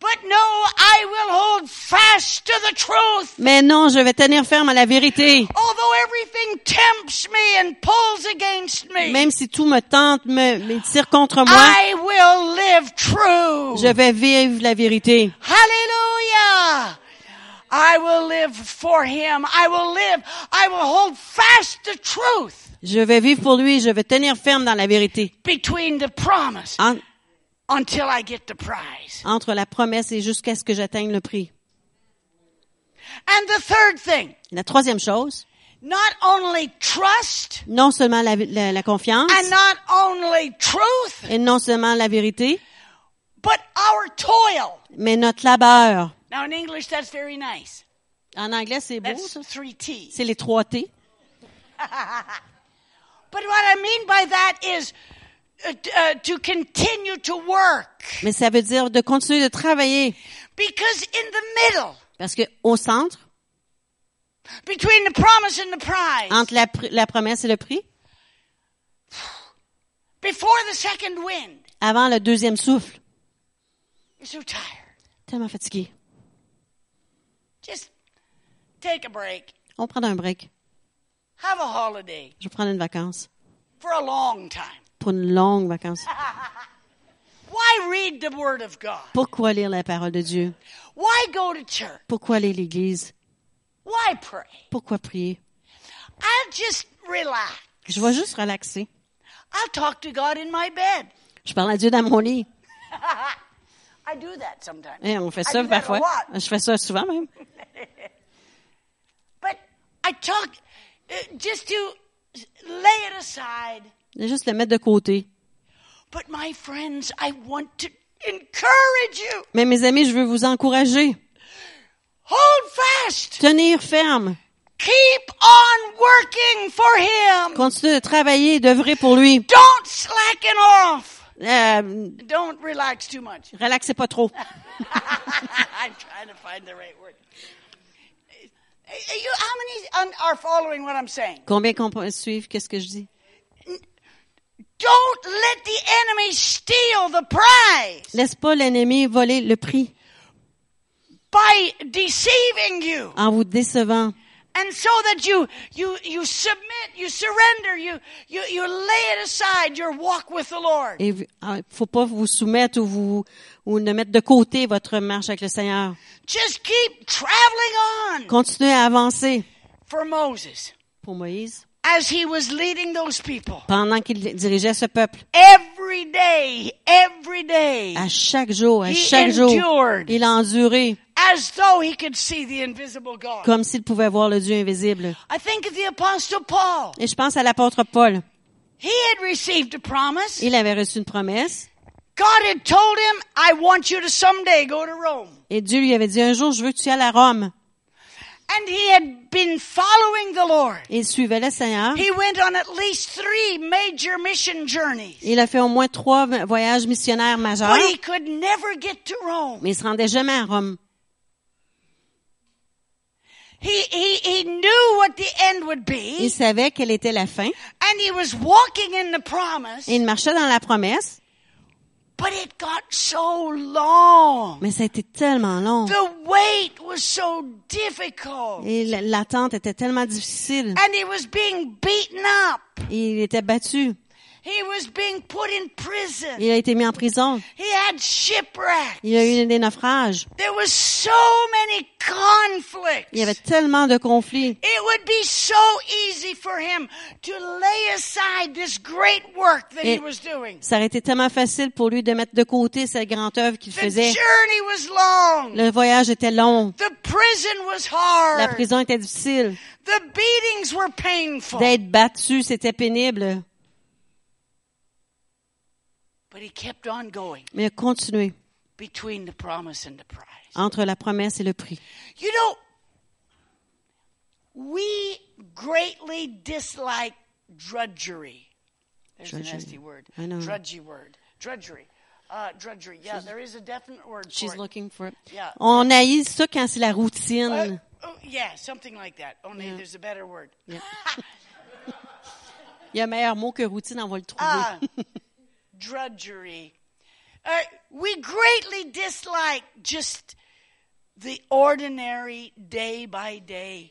But no, I will hold fast to the truth.
Mais non, je vais tenir ferme à la vérité.
Although everything tempts me and pulls against me.
Même si tout me tente, me, me tire contre moi,
I will live true.
je vais vivre la vérité.
Hallelujah. I will live for him. I will live. I will hold fast the truth
Je vais vivre pour lui. Je vais tenir ferme dans la vérité.
between the promise
En-
until I get the prize.
entre la promesse et jusqu'à ce que j'atteigne le prix.
And the third thing,
La troisième chose,
not only trust
non seulement la, la- la confiance
and not only truth,
et non seulement la vérité,
but our toil.
mais notre labeur.
Now in English, that's very nice.
En anglais, c'est beau.
That's
ça.
three T's.
C'est les trois T.
But what I mean by that is uh, uh, to continue to work.
Mais ça veut dire de continuer de travailler.
Because in the middle,
Parce que au centre,
between the promise and the prize,
entre la, pr- la promesse et le prix,
before the second wind,
avant le deuxième souffle,
you're so tired.
tellement fatigué.
Just take a break.
On prend un break.
Have a holiday
Je vais prendre une vacance.
for a long time.
Pour une longue vacance.
Why read the Word of God?
Pourquoi lire la parole de Dieu?
Why go to church?
Pourquoi aller à l'église?
Why pray?
Pourquoi prier?
I'll just relax.
Je vais juste relaxer.
I'll talk to God in my bed.
Je parle à Dieu dans mon lit.
I do that sometimes.
Eh, on fait
I
ça
do that a
parfois.
lot.
Je fais ça souvent même.
But I talk uh, just to lay it aside.
De Juste le mettre de côté.
But my friends, I want to encourage you.
Mais mes amis, je veux vous encourager.
Hold fast.
Tenir ferme.
Keep on working for him.
Continuer de travailler, d'œuvrer pour lui.
Don't slacken off.
Euh,
Don't relax too much.
relaxez pas trop.
I'm trying to find the right word. Uh, You, how many un- are following what I'm saying?
Combien qu'on peut suivre? Qu'est-ce que je dis?
Don't let the enemy steal the prize
Laisse pas l'ennemi voler le prix
by deceiving you.
en vous décevant.
And so that you, you, you submit, you surrender, you, you, you lay it aside, your walk with the Lord.
Et vous- ah, faut pas vous soumettre ou vous ou ne mettre de côté votre marche avec le Seigneur.
Just keep traveling on
Continuez à avancer
for Moses
pour Moïse
as he was leading those people.
pendant qu'il dirigeait ce peuple.
Every day, every day,
À chaque jour, à
He
chaque jour,
endured.
il a enduré
as though he could see the invisible God.
comme s'il pouvait voir le Dieu invisible.
I think of the apostle Paul.
Et je pense à l'apôtre Paul.
He had received a promise.
Il avait reçu une promesse
God had told him, I want you to someday go to Rome.
et Dieu lui avait dit un jour, je veux que tu ailles à Rome.
And he had been following the Lord.
Et il suivait le Seigneur.
He went on at least three major mission journeys.
Il a fait au moins trois voyages missionnaires majeurs,
But he could never get to Rome.
mais il se rendait jamais à Rome.
He, he, he knew what the end would be.
Il savait quelle était la fin
And he was walking in the promise.
et il marchait dans la promesse,
But it got so long.
mais ça a été tellement long.
The wait was so difficult.
Et l- l'attente était tellement difficile.
And he was being beaten up.
Et Il était battu.
He was being put in prison.
Il a été mis en prison.
He had shipwrecks.
Il a eu des naufrages.
There was so many conflicts.
Il y avait tellement de conflits.
It would be so easy for him to lay aside this great work that he
It-
was doing.
Ça aurait été tellement facile pour lui de mettre de côté cette grande œuvre qu'il
The
faisait.
journey was long.
Le voyage était long.
The prison was
La
hard.
prison était difficile.
The beatings were painful.
D'être battu, c'était pénible.
But he kept on going
Mais il a continué
between the promise and the prize.
entre la promesse et le prix.
You know, we greatly dislike drudgery. There's a
Drudgery.
nasty word.
I know.
Drudgy word. Drudgery. Uh, drudgery. Yeah, there is a definite word for
She's
it.
looking for it.
Yeah.
On haït ça quand c'est la
Uh,
routine.
oh, yeah, something like that. Only there's a better word.
Yeah. Il y a meilleur mot que routine, on va le trouver.
Ah. drudgery. Uh, we greatly dislike just the ordinary day by day.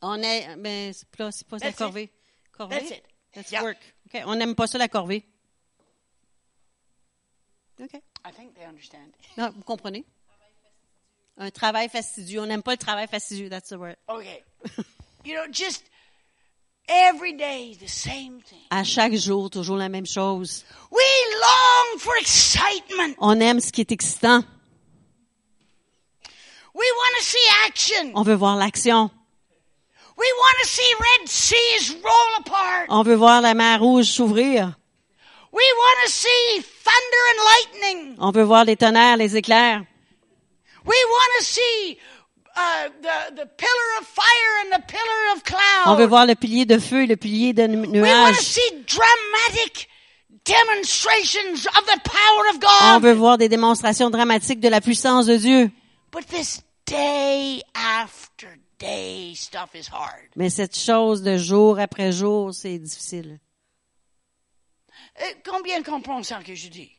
On est, mais c'est pas, c'est pas la
That's it.
corvée. Corvée?
That's it.
That's
Yeah.
work. OK. On n'aime pas ça, la corvée. OK.
I think they understand.
Non, vous comprenez? Un travail fastidieux. On n'aime pas le travail fastidieux. That's the word.
Okay. you know, just every day the same thing.
À chaque jour, toujours la même chose.
We long for excitement.
On aime ce qui est excitant.
We want to see action.
On veut voir l'action.
We want to see red seas roll apart.
On veut voir la mer rouge s'ouvrir.
We want to see thunder and lightning.
On veut voir les tonnerres, les éclairs.
We want to see uh, the the pillar of fire and the pillar of
On veut
cloud.
voir le pilier de feu et le pilier de nu-
We want to
nuages.
see dramatic demonstrations of the power of
On
God.
veut voir des démonstrations dramatiques de la puissance de Dieu.
but this day after day stuff is hard.
Mais cette chose de jour après jour, c'est difficile.
Euh, Combien comprend ça que je dis?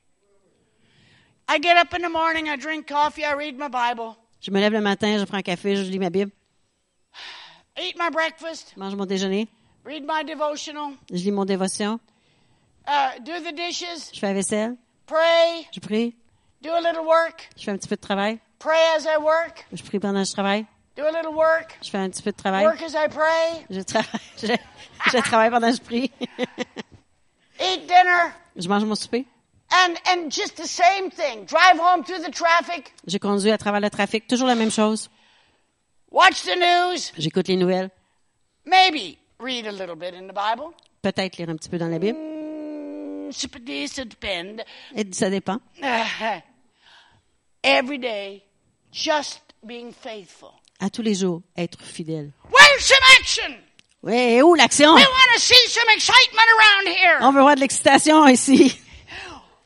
I get up in the morning, I drink coffee, I read my Bible,
Je me lève le matin, je prends un café, je lis ma Bible,
eat my breakfast,
je mange mon déjeuner,
read my devotional,
je lis mon dévotion,
uh, do the dishes,
je fais la vaisselle,
pray,
je prie,
do a little work,
je fais un petit peu de travail,
pray as I work,
je prie pendant que je travaille,
do a little work,
je fais un petit peu de travail,
work as I pray,
je travaille, je, je travaille pendant que je prie,
eat dinner,
je mange mon souper,
and, and just the same thing. Drive home through the traffic,
je conduis à travers le trafic, toujours la même chose,
watch the news,
j'écoute les nouvelles,
maybe read a little bit in the Bible.
peut-être lire un petit peu dans la Bible,
Mm, ça dépend.
et ça dépend.
every day, just being faithful.
À tous les jours, être fidèle.
Where's some action?
Oui, et où l'action?
We want to see some excitement around
On
here.
veut voir de l'excitation ici.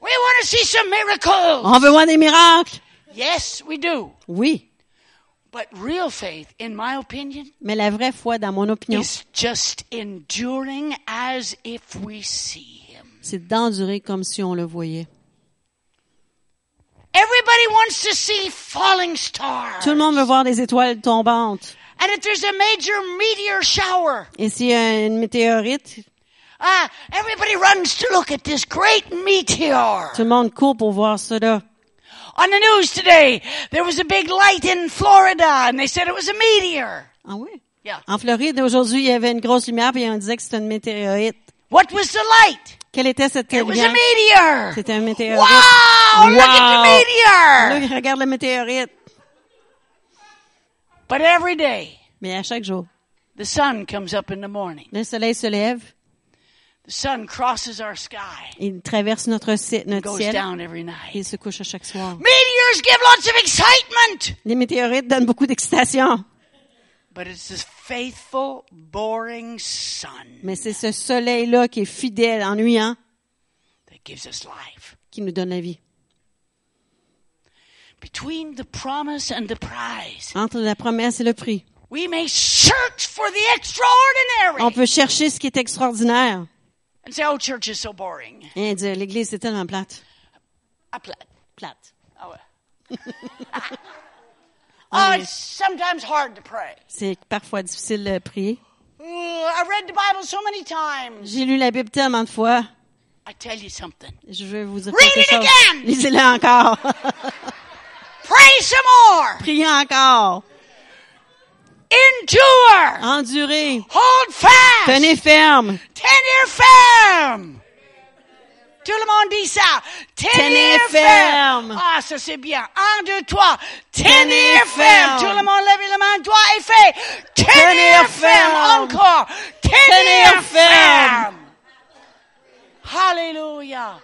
We want to see some miracles.
On veut voir des miracles.
Yes, we do.
Oui,
But real faith, in my opinion,
mais la vraie foi, dans mon opinion,
is just enduring as if we see Him.
c'est d'endurer comme si on le voyait.
Everybody wants to see falling stars.
Tout le monde veut voir des étoiles tombantes.
And if there's a major meteor shower,
Et s'il y a une météorite,
ah, everybody runs to look at this great meteor.
tout le monde court pour voir cela.
On the news today, there was a big light in Florida and they said it was a meteor.
Ah oui?
Yeah.
En Floride, aujourd'hui, il y avait une grosse lumière puis on disait que c'était une météorite.
What was the light?
Quelle était cette
It was a
lumière?
meteor.
C'était un météorite.
Wow, look at the
Là,
meteor.
il regarde le météorite.
But every day,
Mais à chaque jour,
the sun comes up in the morning.
le soleil se lève,
The sun crosses our sky.
il traverse notre, ci- notre
Goes
ciel
down every
et
night.
il se couche à chaque soir.
Meteors give lots of excitement.
Les météorites donnent beaucoup d'excitation,
But it's this faithful, boring sun
mais c'est ce soleil-là qui est fidèle, ennuyant,
that gives us life.
qui nous donne la vie.
Between the promise and the prize,
Entre la promesse et le prix,
we may search for the extraordinary
on peut chercher ce qui est extraordinaire
and say, "Oh, church is so boring."
et dire l'Église c'est tellement plate.
I pla-
Plate.
Oh, well. oh, it's sometimes hard to pray.
C'est parfois difficile de prier.
Ooh, I read the Bible so many times.
J'ai lu la Bible tellement de fois.
I tell you something.
Je vais vous dire
Read
quelque
it
chose.
again!
Lisez-la encore.
Pray some more.
Priez encore.
Endure.
Endurez.
Hold fast.
Tenez ferme.
Tenez ferme. Tout le monde dit ça. Tenez,
Tenez
ferme.
ferme.
Ah, ça c'est bien. Un, deux, trois. Tenez,
Tenez
ferme.
ferme.
Tout le monde lève la main, toi et fait. Tenez, ferme.
Tenez ferme.
Encore. Tenez,
Tenez
ferme. Hallelujah.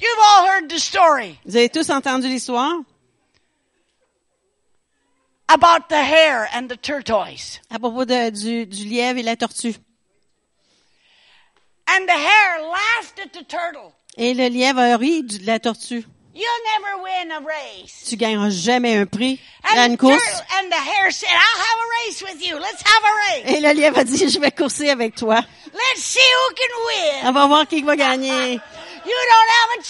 You've all heard the story
Vous avez tous entendu l'histoire
about the hare and the tortoise.
à propos de- du, du lièvre et la tortue.
And the hare laughed at the turtle.
Et le lièvre a ri du- de la tortue.
You'll never win a race.
Tu gagneras jamais un prix à
And,
une
the
course.
turtle- and the hare said, I'll have a race with you. Let's have a race.
Et le lièvre a dit, je vais courser avec toi.
Let's see who can
On
win.
va voir qui va gagner.
You don't have a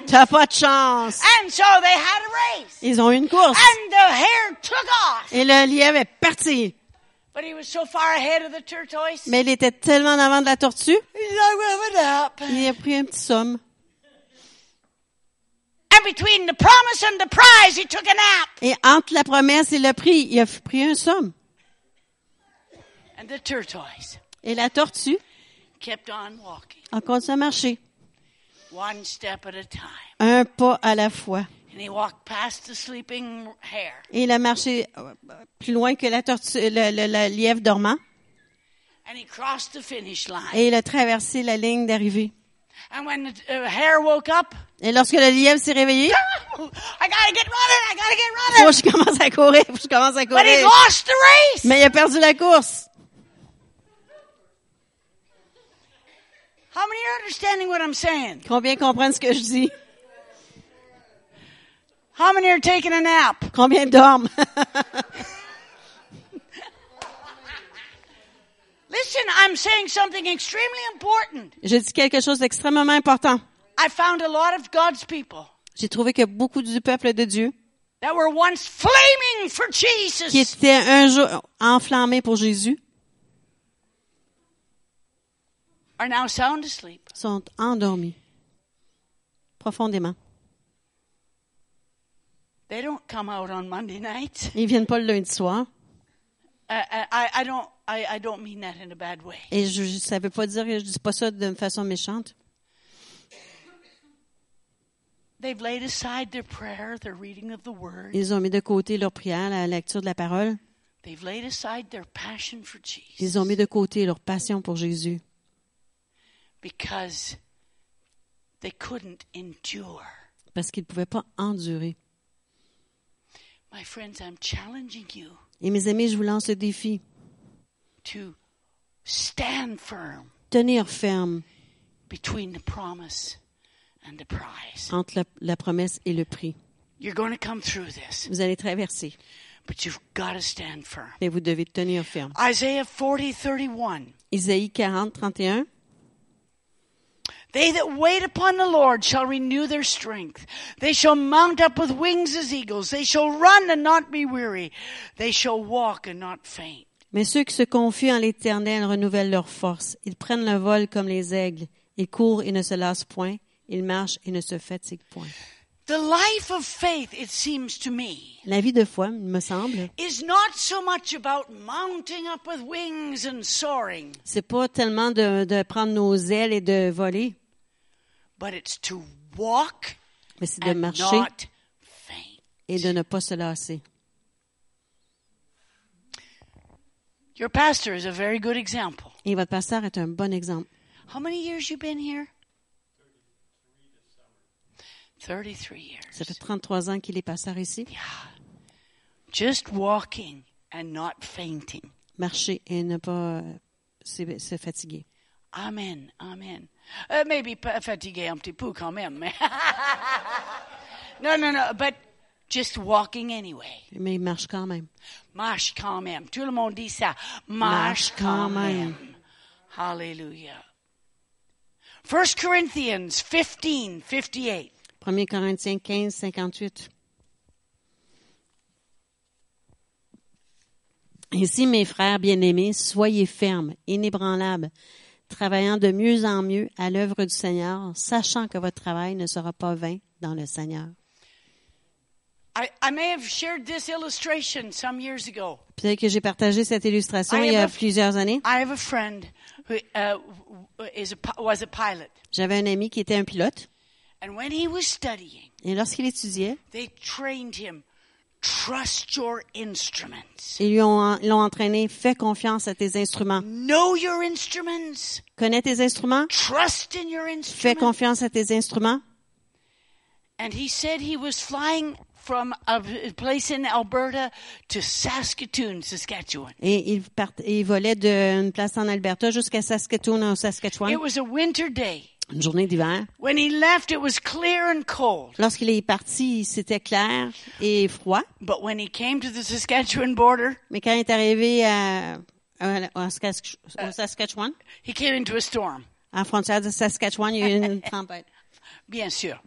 chance.
T'as pas de chance.
And so they had a race.
Ils ont eu une course.
And the hare took off.
Et le lièvre est parti.
But he was so far ahead of the tortoise.
Mais il était tellement en avant de la tortue,
He's like, "Well, what up?"
il a pris un petit somme.
And between the promise and the prize, he took a nap.
Et entre la promesse et le prix, il a f- pris un somme.
And the tortoise
Et la tortue
kept on walking,
a continué à marcher.
one step at a time.
Un pas à la fois.
And he walked past the sleeping hare.
Et il a marché euh, plus loin que la tortue, le, le- le lièvre dormant.
And he crossed the finish line.
Et il a traversé la ligne d'arrivée.
And when the uh, hare woke up,
Et lorsque le lièvre s'est réveillé,
Ah! I gotta get running. I gotta get
moi,
running.
je commence à courir, faut que je commence
But
à
he
courir.
lost the race.
Mais il a perdu la course.
How many are understanding what I'm saying?
Combien comprennent ce que je dis?
How many are taking a nap?
Combien dorment?
Listen, I'm saying something extremely important.
J'ai dit quelque chose d'extrêmement important.
I found a lot of God's people
J'ai trouvé que beaucoup du peuple de Dieu,
that were once flaming for Jesus,
qui étaient un jour enflammés pour Jésus,
are now sound asleep.
sont endormis profondément.
They don't come out on Monday night.
Ils viennent pas le lundi soir.
Uh, I, I don't. I, I don't mean that in a bad way.
Et je, je- ça veut pas dire, je dis pas ça d'une façon méchante.
They've laid aside their prayer, their reading of the Word.
Ils ont mis de côté leur prière, la lecture de la parole.
They've laid aside their passion for Jesus
Ils ont mis de côté leur passion pour Jésus
because they couldn't endure.
parce qu'ils ne pouvaient pas endurer.
My friends, I'm challenging you
Et mes amis, je vous lance le défi.
to stand firm
Tenir ferme
between the promise and the prize.
entre la, la promesse et le prix.
You're going to come through this,
Vous allez traverser,
but you've got to stand firm.
mais vous devez tenir ferme.
Isaiah 40 31.
Isaïe 40, 31.
They that wait upon the Lord shall renew their strength. They shall mount up with wings as eagles. They shall run and not be weary. They shall walk and not faint.
Mais ceux qui se confient en l'Éternel renouvellent leur force. Ils prennent le vol comme les aigles. Ils courent et ne se lassent point. Ils marchent et ne se fatiguent point.
The life of faith, it seems to me,
La vie de foi, il me semble,
is not so much about mounting up with wings and soaring,
c'est pas tellement de, de prendre nos ailes et de voler,
but it's to walk
mais c'est de
and
marcher
not faint.
et de ne pas se lasser.
Your pastor is a very good example.
Et votre pasteur est un bon exemple.
How many years you been here? 33 years.
Ça fait 33 ans qu'il est pasteur ici.
Just walking and not fainting.
Marcher et ne pas euh, se se fatiguer.
Amen, amen. Euh, maybe pas fatigué un petit peu quand même. mais- no, no, no, but just walking anyway.
Mais il marche quand même.
Marche quand même. Tout le monde dit ça. Marche quand même. Hallelujah. 1 Corinthians 15, 58.
1 Corinthiens 15, 58. Ainsi, mes frères bien-aimés, soyez fermes, inébranlables, travaillant de mieux en mieux à l'œuvre du Seigneur, sachant que votre travail ne sera pas vain dans le Seigneur.
I, I may have shared this illustration some years ago.
Peut-être que j'ai partagé cette illustration il Ah, y a plusieurs années.
I have a friend who uh, is a, pi- was a pilot,
J'avais un ami qui était un pilote,
and when he was studying,
et lorsqu'il étudiait,
they trained him trust your instruments,
ils lui ont- ils l'ont entraîné, fais confiance à tes instruments.
know your instruments,
Connais tes instruments,
trust in your
fais
instruments.
confiance à tes instruments.
And he said he was flying from a v- place in Alberta to Saskatoon, Saskatchewan.
Et il, part, et il volait d'une place en Alberta jusqu'à Saskatoon, en Saskatchewan,
It was a winter day.
une journée d'hiver.
When he left, it was clear and cold.
Lorsqu'il est parti, c'était clair et froid.
But when he came to the Saskatchewan border,
Mais quand il est arrivé à, à- au Sask- au Saskatchewan,
he came into a storm.
à la frontière de Saskatchewan, il y a eu une tempête.
Bien sûr.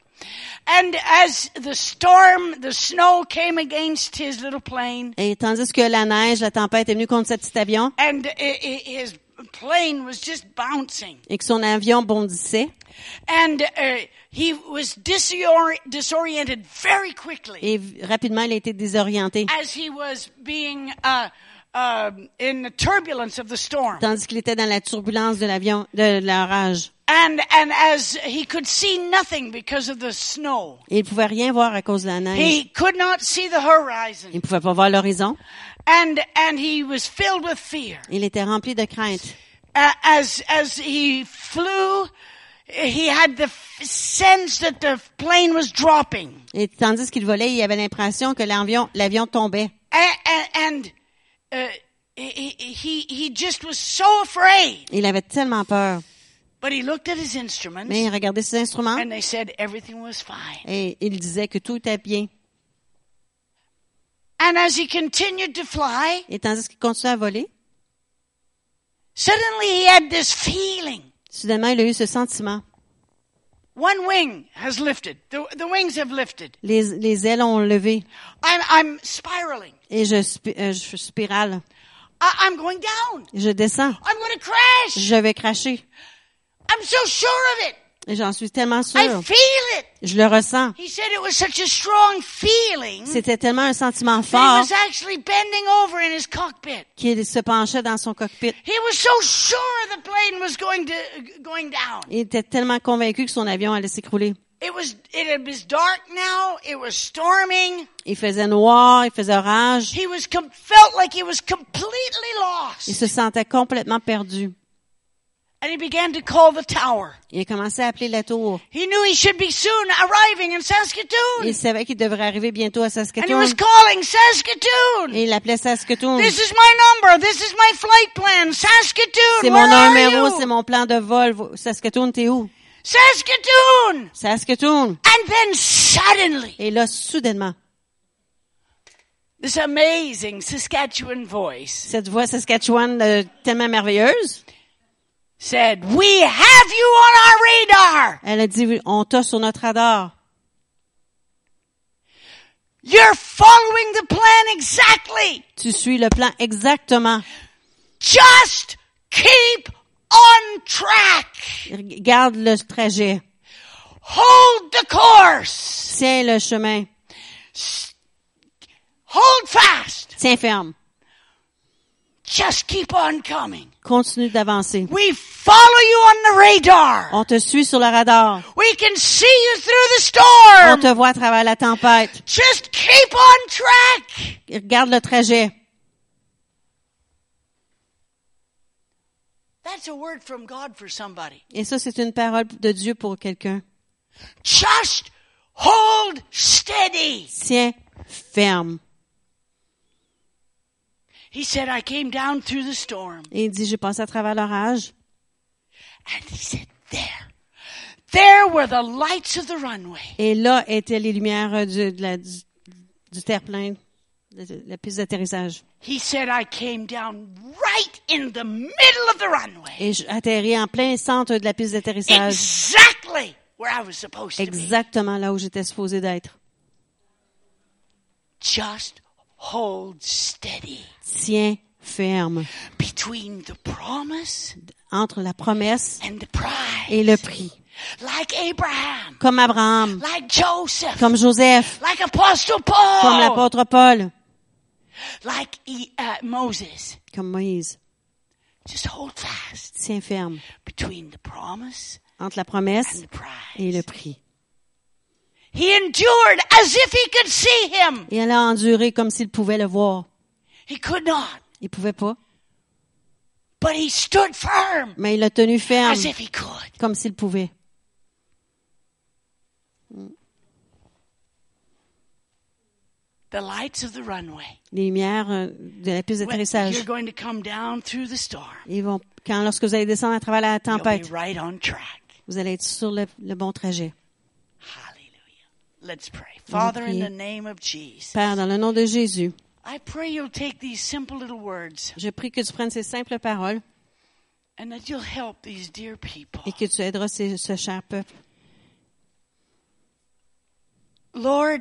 And as the storm, the snow came against his little plane,
Et tandis que la neige, la tempête est venue contre ce petit avion
and i- i- his plane was just bouncing,
et que son avion bondissait,
and uh, he was disori- disoriented very quickly
et v- rapidement, il a été désorienté.
as he was being uh, um in the turbulence of the storm,
Tandis qu'il était dans la turbulence de l'avion, de l'orage.
and and as he could see nothing because of the snow,
Et il pouvait rien voir à cause de la neige.
he could not see the horizon,
Il pouvait pas voir l'horizon.
and and he was filled with fear.
Il était rempli de crainte.
Uh, as as he flew, he had the f- sense that the plane was dropping,
Et tandis qu'il volait, il avait l'impression que l'avion, l'avion tombait.
and and, uh, he, he he just was so afraid.
Il avait tellement peur.
But he looked at his instruments,
Mais il regardait ses instruments
and they said everything was fine.
et il disait que tout était bien.
And as he continued to fly,
Et tandis qu'il continuait à voler,
suddenly he had this feeling.
soudainement, il a eu ce sentiment.
One wing has lifted. The, the wings have lifted.
Les, les ailes ont levé
I'm I'm spiraling.
et je, spi- euh, je spirale.
I, I'm going down.
Je descends.
I'm going to crash.
Je vais cracher.
I'm so sure of it.
Et J'en suis tellement
I
sûre.
feel it.
Je le ressens.
He said it was such a strong feeling that
C'était tellement un sentiment
he
fort
was actually bending over in his cockpit.
qu'il se penchait dans son cockpit.
He was so sure the plane was going to going down.
Il était tellement convaincu que son avion allait s'écrouler.
It was it was dark now. It was storming.
Il faisait noir, il faisait orage.
He was com- felt like he was completely
Il
lost,
se sentait complètement perdu.
and he began to call the tower.
Il a commencé à appeler la tour.
He knew he should be soon arriving in Saskatoon,
Il savait qu'il devrait arriver bientôt à
and he
Saskatoon.
was calling Saskatoon.
Et il appelait Saskatoon.
This is my number. This is my flight plan. Saskatoon.
C'est
where
mon
are
numéro,
you?
c'est mon plan de vol. Vo- Saskatoon, t'es où?
Saskatoon.
Saskatoon.
And then suddenly,
Et là, soudainement,
this amazing Saskatchewan voice
cette voix Saskatchewan euh, tellement merveilleuse
said, we have you on our radar.
Elle a dit, on t'a sur notre radar.
You're following the plan exactly.
Tu suis le plan exactement.
Just keep on track.
Garde le trajet.
Hold the course.
Tiens le chemin.
Hold fast.
Tiens ferme.
Just keep on coming.
Continue d'avancer.
We follow you on the radar.
On te suit sur le radar.
We can see you through the
On
storm.
te voit à travers la tempête.
Just keep on track.
Regarde le trajet.
That's a word from God for somebody.
Et ça, c'est une parole de Dieu pour quelqu'un.
Just hold steady.
Tiens ferme.
He said, I came down through the storm.
Et il dit, j'ai passé à travers l'orage.
And he said, there. There were the lights of the runway.
Et là étaient les lumières euh, du, de la- du, du terre-plein, de- de la piste d'atterrissage.
He said, I came down right in the middle of the runway.
Et j'ai atterri en plein centre de la piste d'atterrissage.
Exactly where I was supposed to be.
Exactement là où j'étais supposé d'être.
Just hold steady
Tiens ferme.
between the promise
Entre la promesse
and the prize.
et le prix.
Like Abraham,
Comme Abraham,
like Joseph,
comme Joseph,
like Apostle Paul,
comme l'apôtre Paul,
like E- uh, Moses.
comme Moïse.
Just hold fast
Tiens ferme.
between the promise
Entre la
and
promesse
the prize.
et le prix.
He endured as if he could see him.
Et elle a enduré comme s'il pouvait le voir.
He could not,
Il pouvait pas,
but he stood firm
mais il a tenu ferme
as if he could.
comme s'il pouvait.
The lights of the runway.
Les lumières euh, de la piste
When you're
d'atterrissage.
going to come down through the storm.
Ils vont, quand, lorsque vous allez descendre à travers la
You'll be
tempête,
right on track.
vous allez être sur le, le bon trajet.
Hallelujah. Let's pray. Father, in
prier.
the name of Jesus,
Père, dans le nom de Jésus,
I pray you'll take these simple little words
je prie que tu prennes ces simples paroles
and that you'll help these dear people.
et que tu aideras ces- ce cher peuple.
Lord,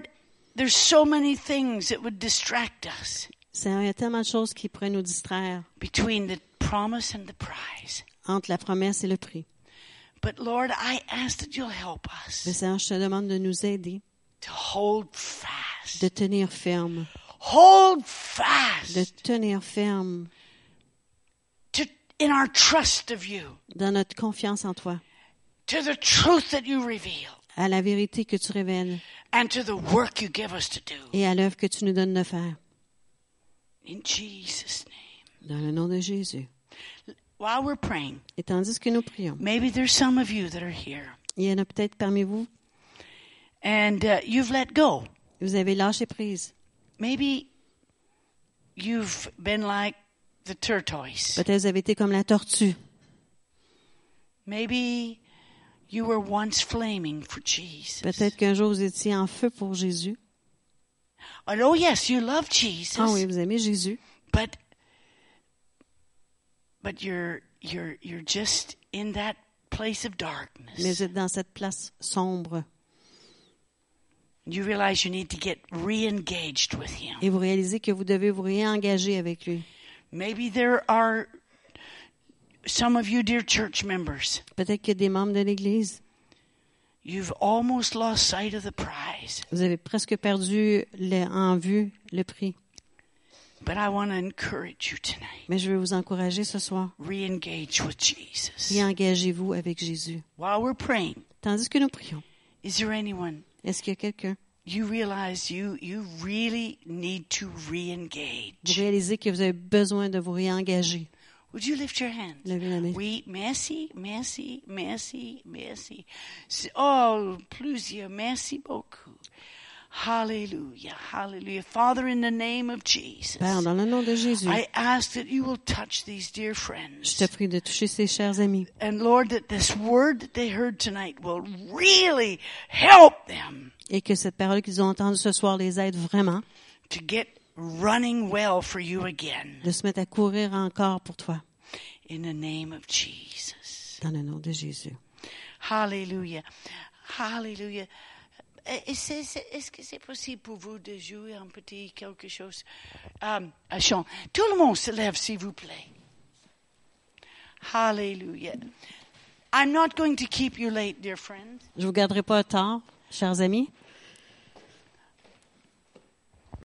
there's so many things that would distract us
Seigneur, il y a tellement de choses qui pourraient nous distraire
between the promise and the prize.
entre la promesse et le prix.
But Lord, I ask that you'll help
Mais
us
Seigneur, je te demande de nous aider,
to hold fast.
de tenir ferme,
Hold
de
fast
tenir ferme
to, in our trust of you,
dans notre confiance en toi,
to the truth that you reveal,
à la vérité que tu révèles
and to the work you give us to do.
et à l'œuvre que tu nous donnes de faire.
In Jesus' name.
Dans le nom de Jésus.
While we're praying,
Et tandis que nous prions,
maybe there's some of you that are here
il y en a peut-être parmi vous,
and uh, you've let go.
vous avez lâché prise.
Maybe you've been like the tortoise.
Peut-être vous avez été comme la tortue.
Maybe you were once flaming for Jesus.
Peut-être qu'un jour vous étiez en feu pour Jésus.
And oh, yes, you love
Ah oui,
Jesus,
vous aimez Jésus,
but but you're you're you're just in that place of
mais vous
darkness.
êtes dans cette place sombre
You realize you need to get re-engaged with Him.
et vous réalisez que vous devez vous réengager avec lui.
Maybe there are some of you, dear church members,
Peut-être qu'il y a des membres de l'Église.
you've almost lost sight of the prize.
Vous avez presque perdu le- en vue le prix.
But I want to encourage you tonight.
Mais je veux vous encourager ce soir.
Re-engage with Jesus.
Réengagez-vous avec Jésus.
While we're praying,
Tandis que nous prions,
is there anyone
est-ce qu'il y a quelqu'un?
you realize you you really need to
Vous
re-engage?
réalisez que vous avez besoin de vous réengager.
Would you lift your hand?
Levez la main.
Oui, merci, merci, merci, merci. C'est- Oh, plusieurs, merci beaucoup. Hallelujah, hallelujah. Father, in the name of Jesus,
Père, dans le nom de Jésus,
I ask that you will touch these dear
je
friends.
te prie de toucher ces chers amis.
And Lord, that this word that they heard tonight will really help them
et que cette parole qu'ils ont entendue ce soir les aide vraiment
to get running well for you again.
de se mettre à courir encore pour toi.
In the name of Jesus. Jesus.
dans le nom de Jésus.
Hallelujah. Hallelujah. Eh, Et- et c'est- c'est- Est-ce que c'est possible pour vous de jouer un petit quelque chose euh, un chant? Tout le monde se lève, s'il vous plaît. Hallelujah. I'm not going to keep you late, dear friend.
Je vous garderai pas tard, chers amis.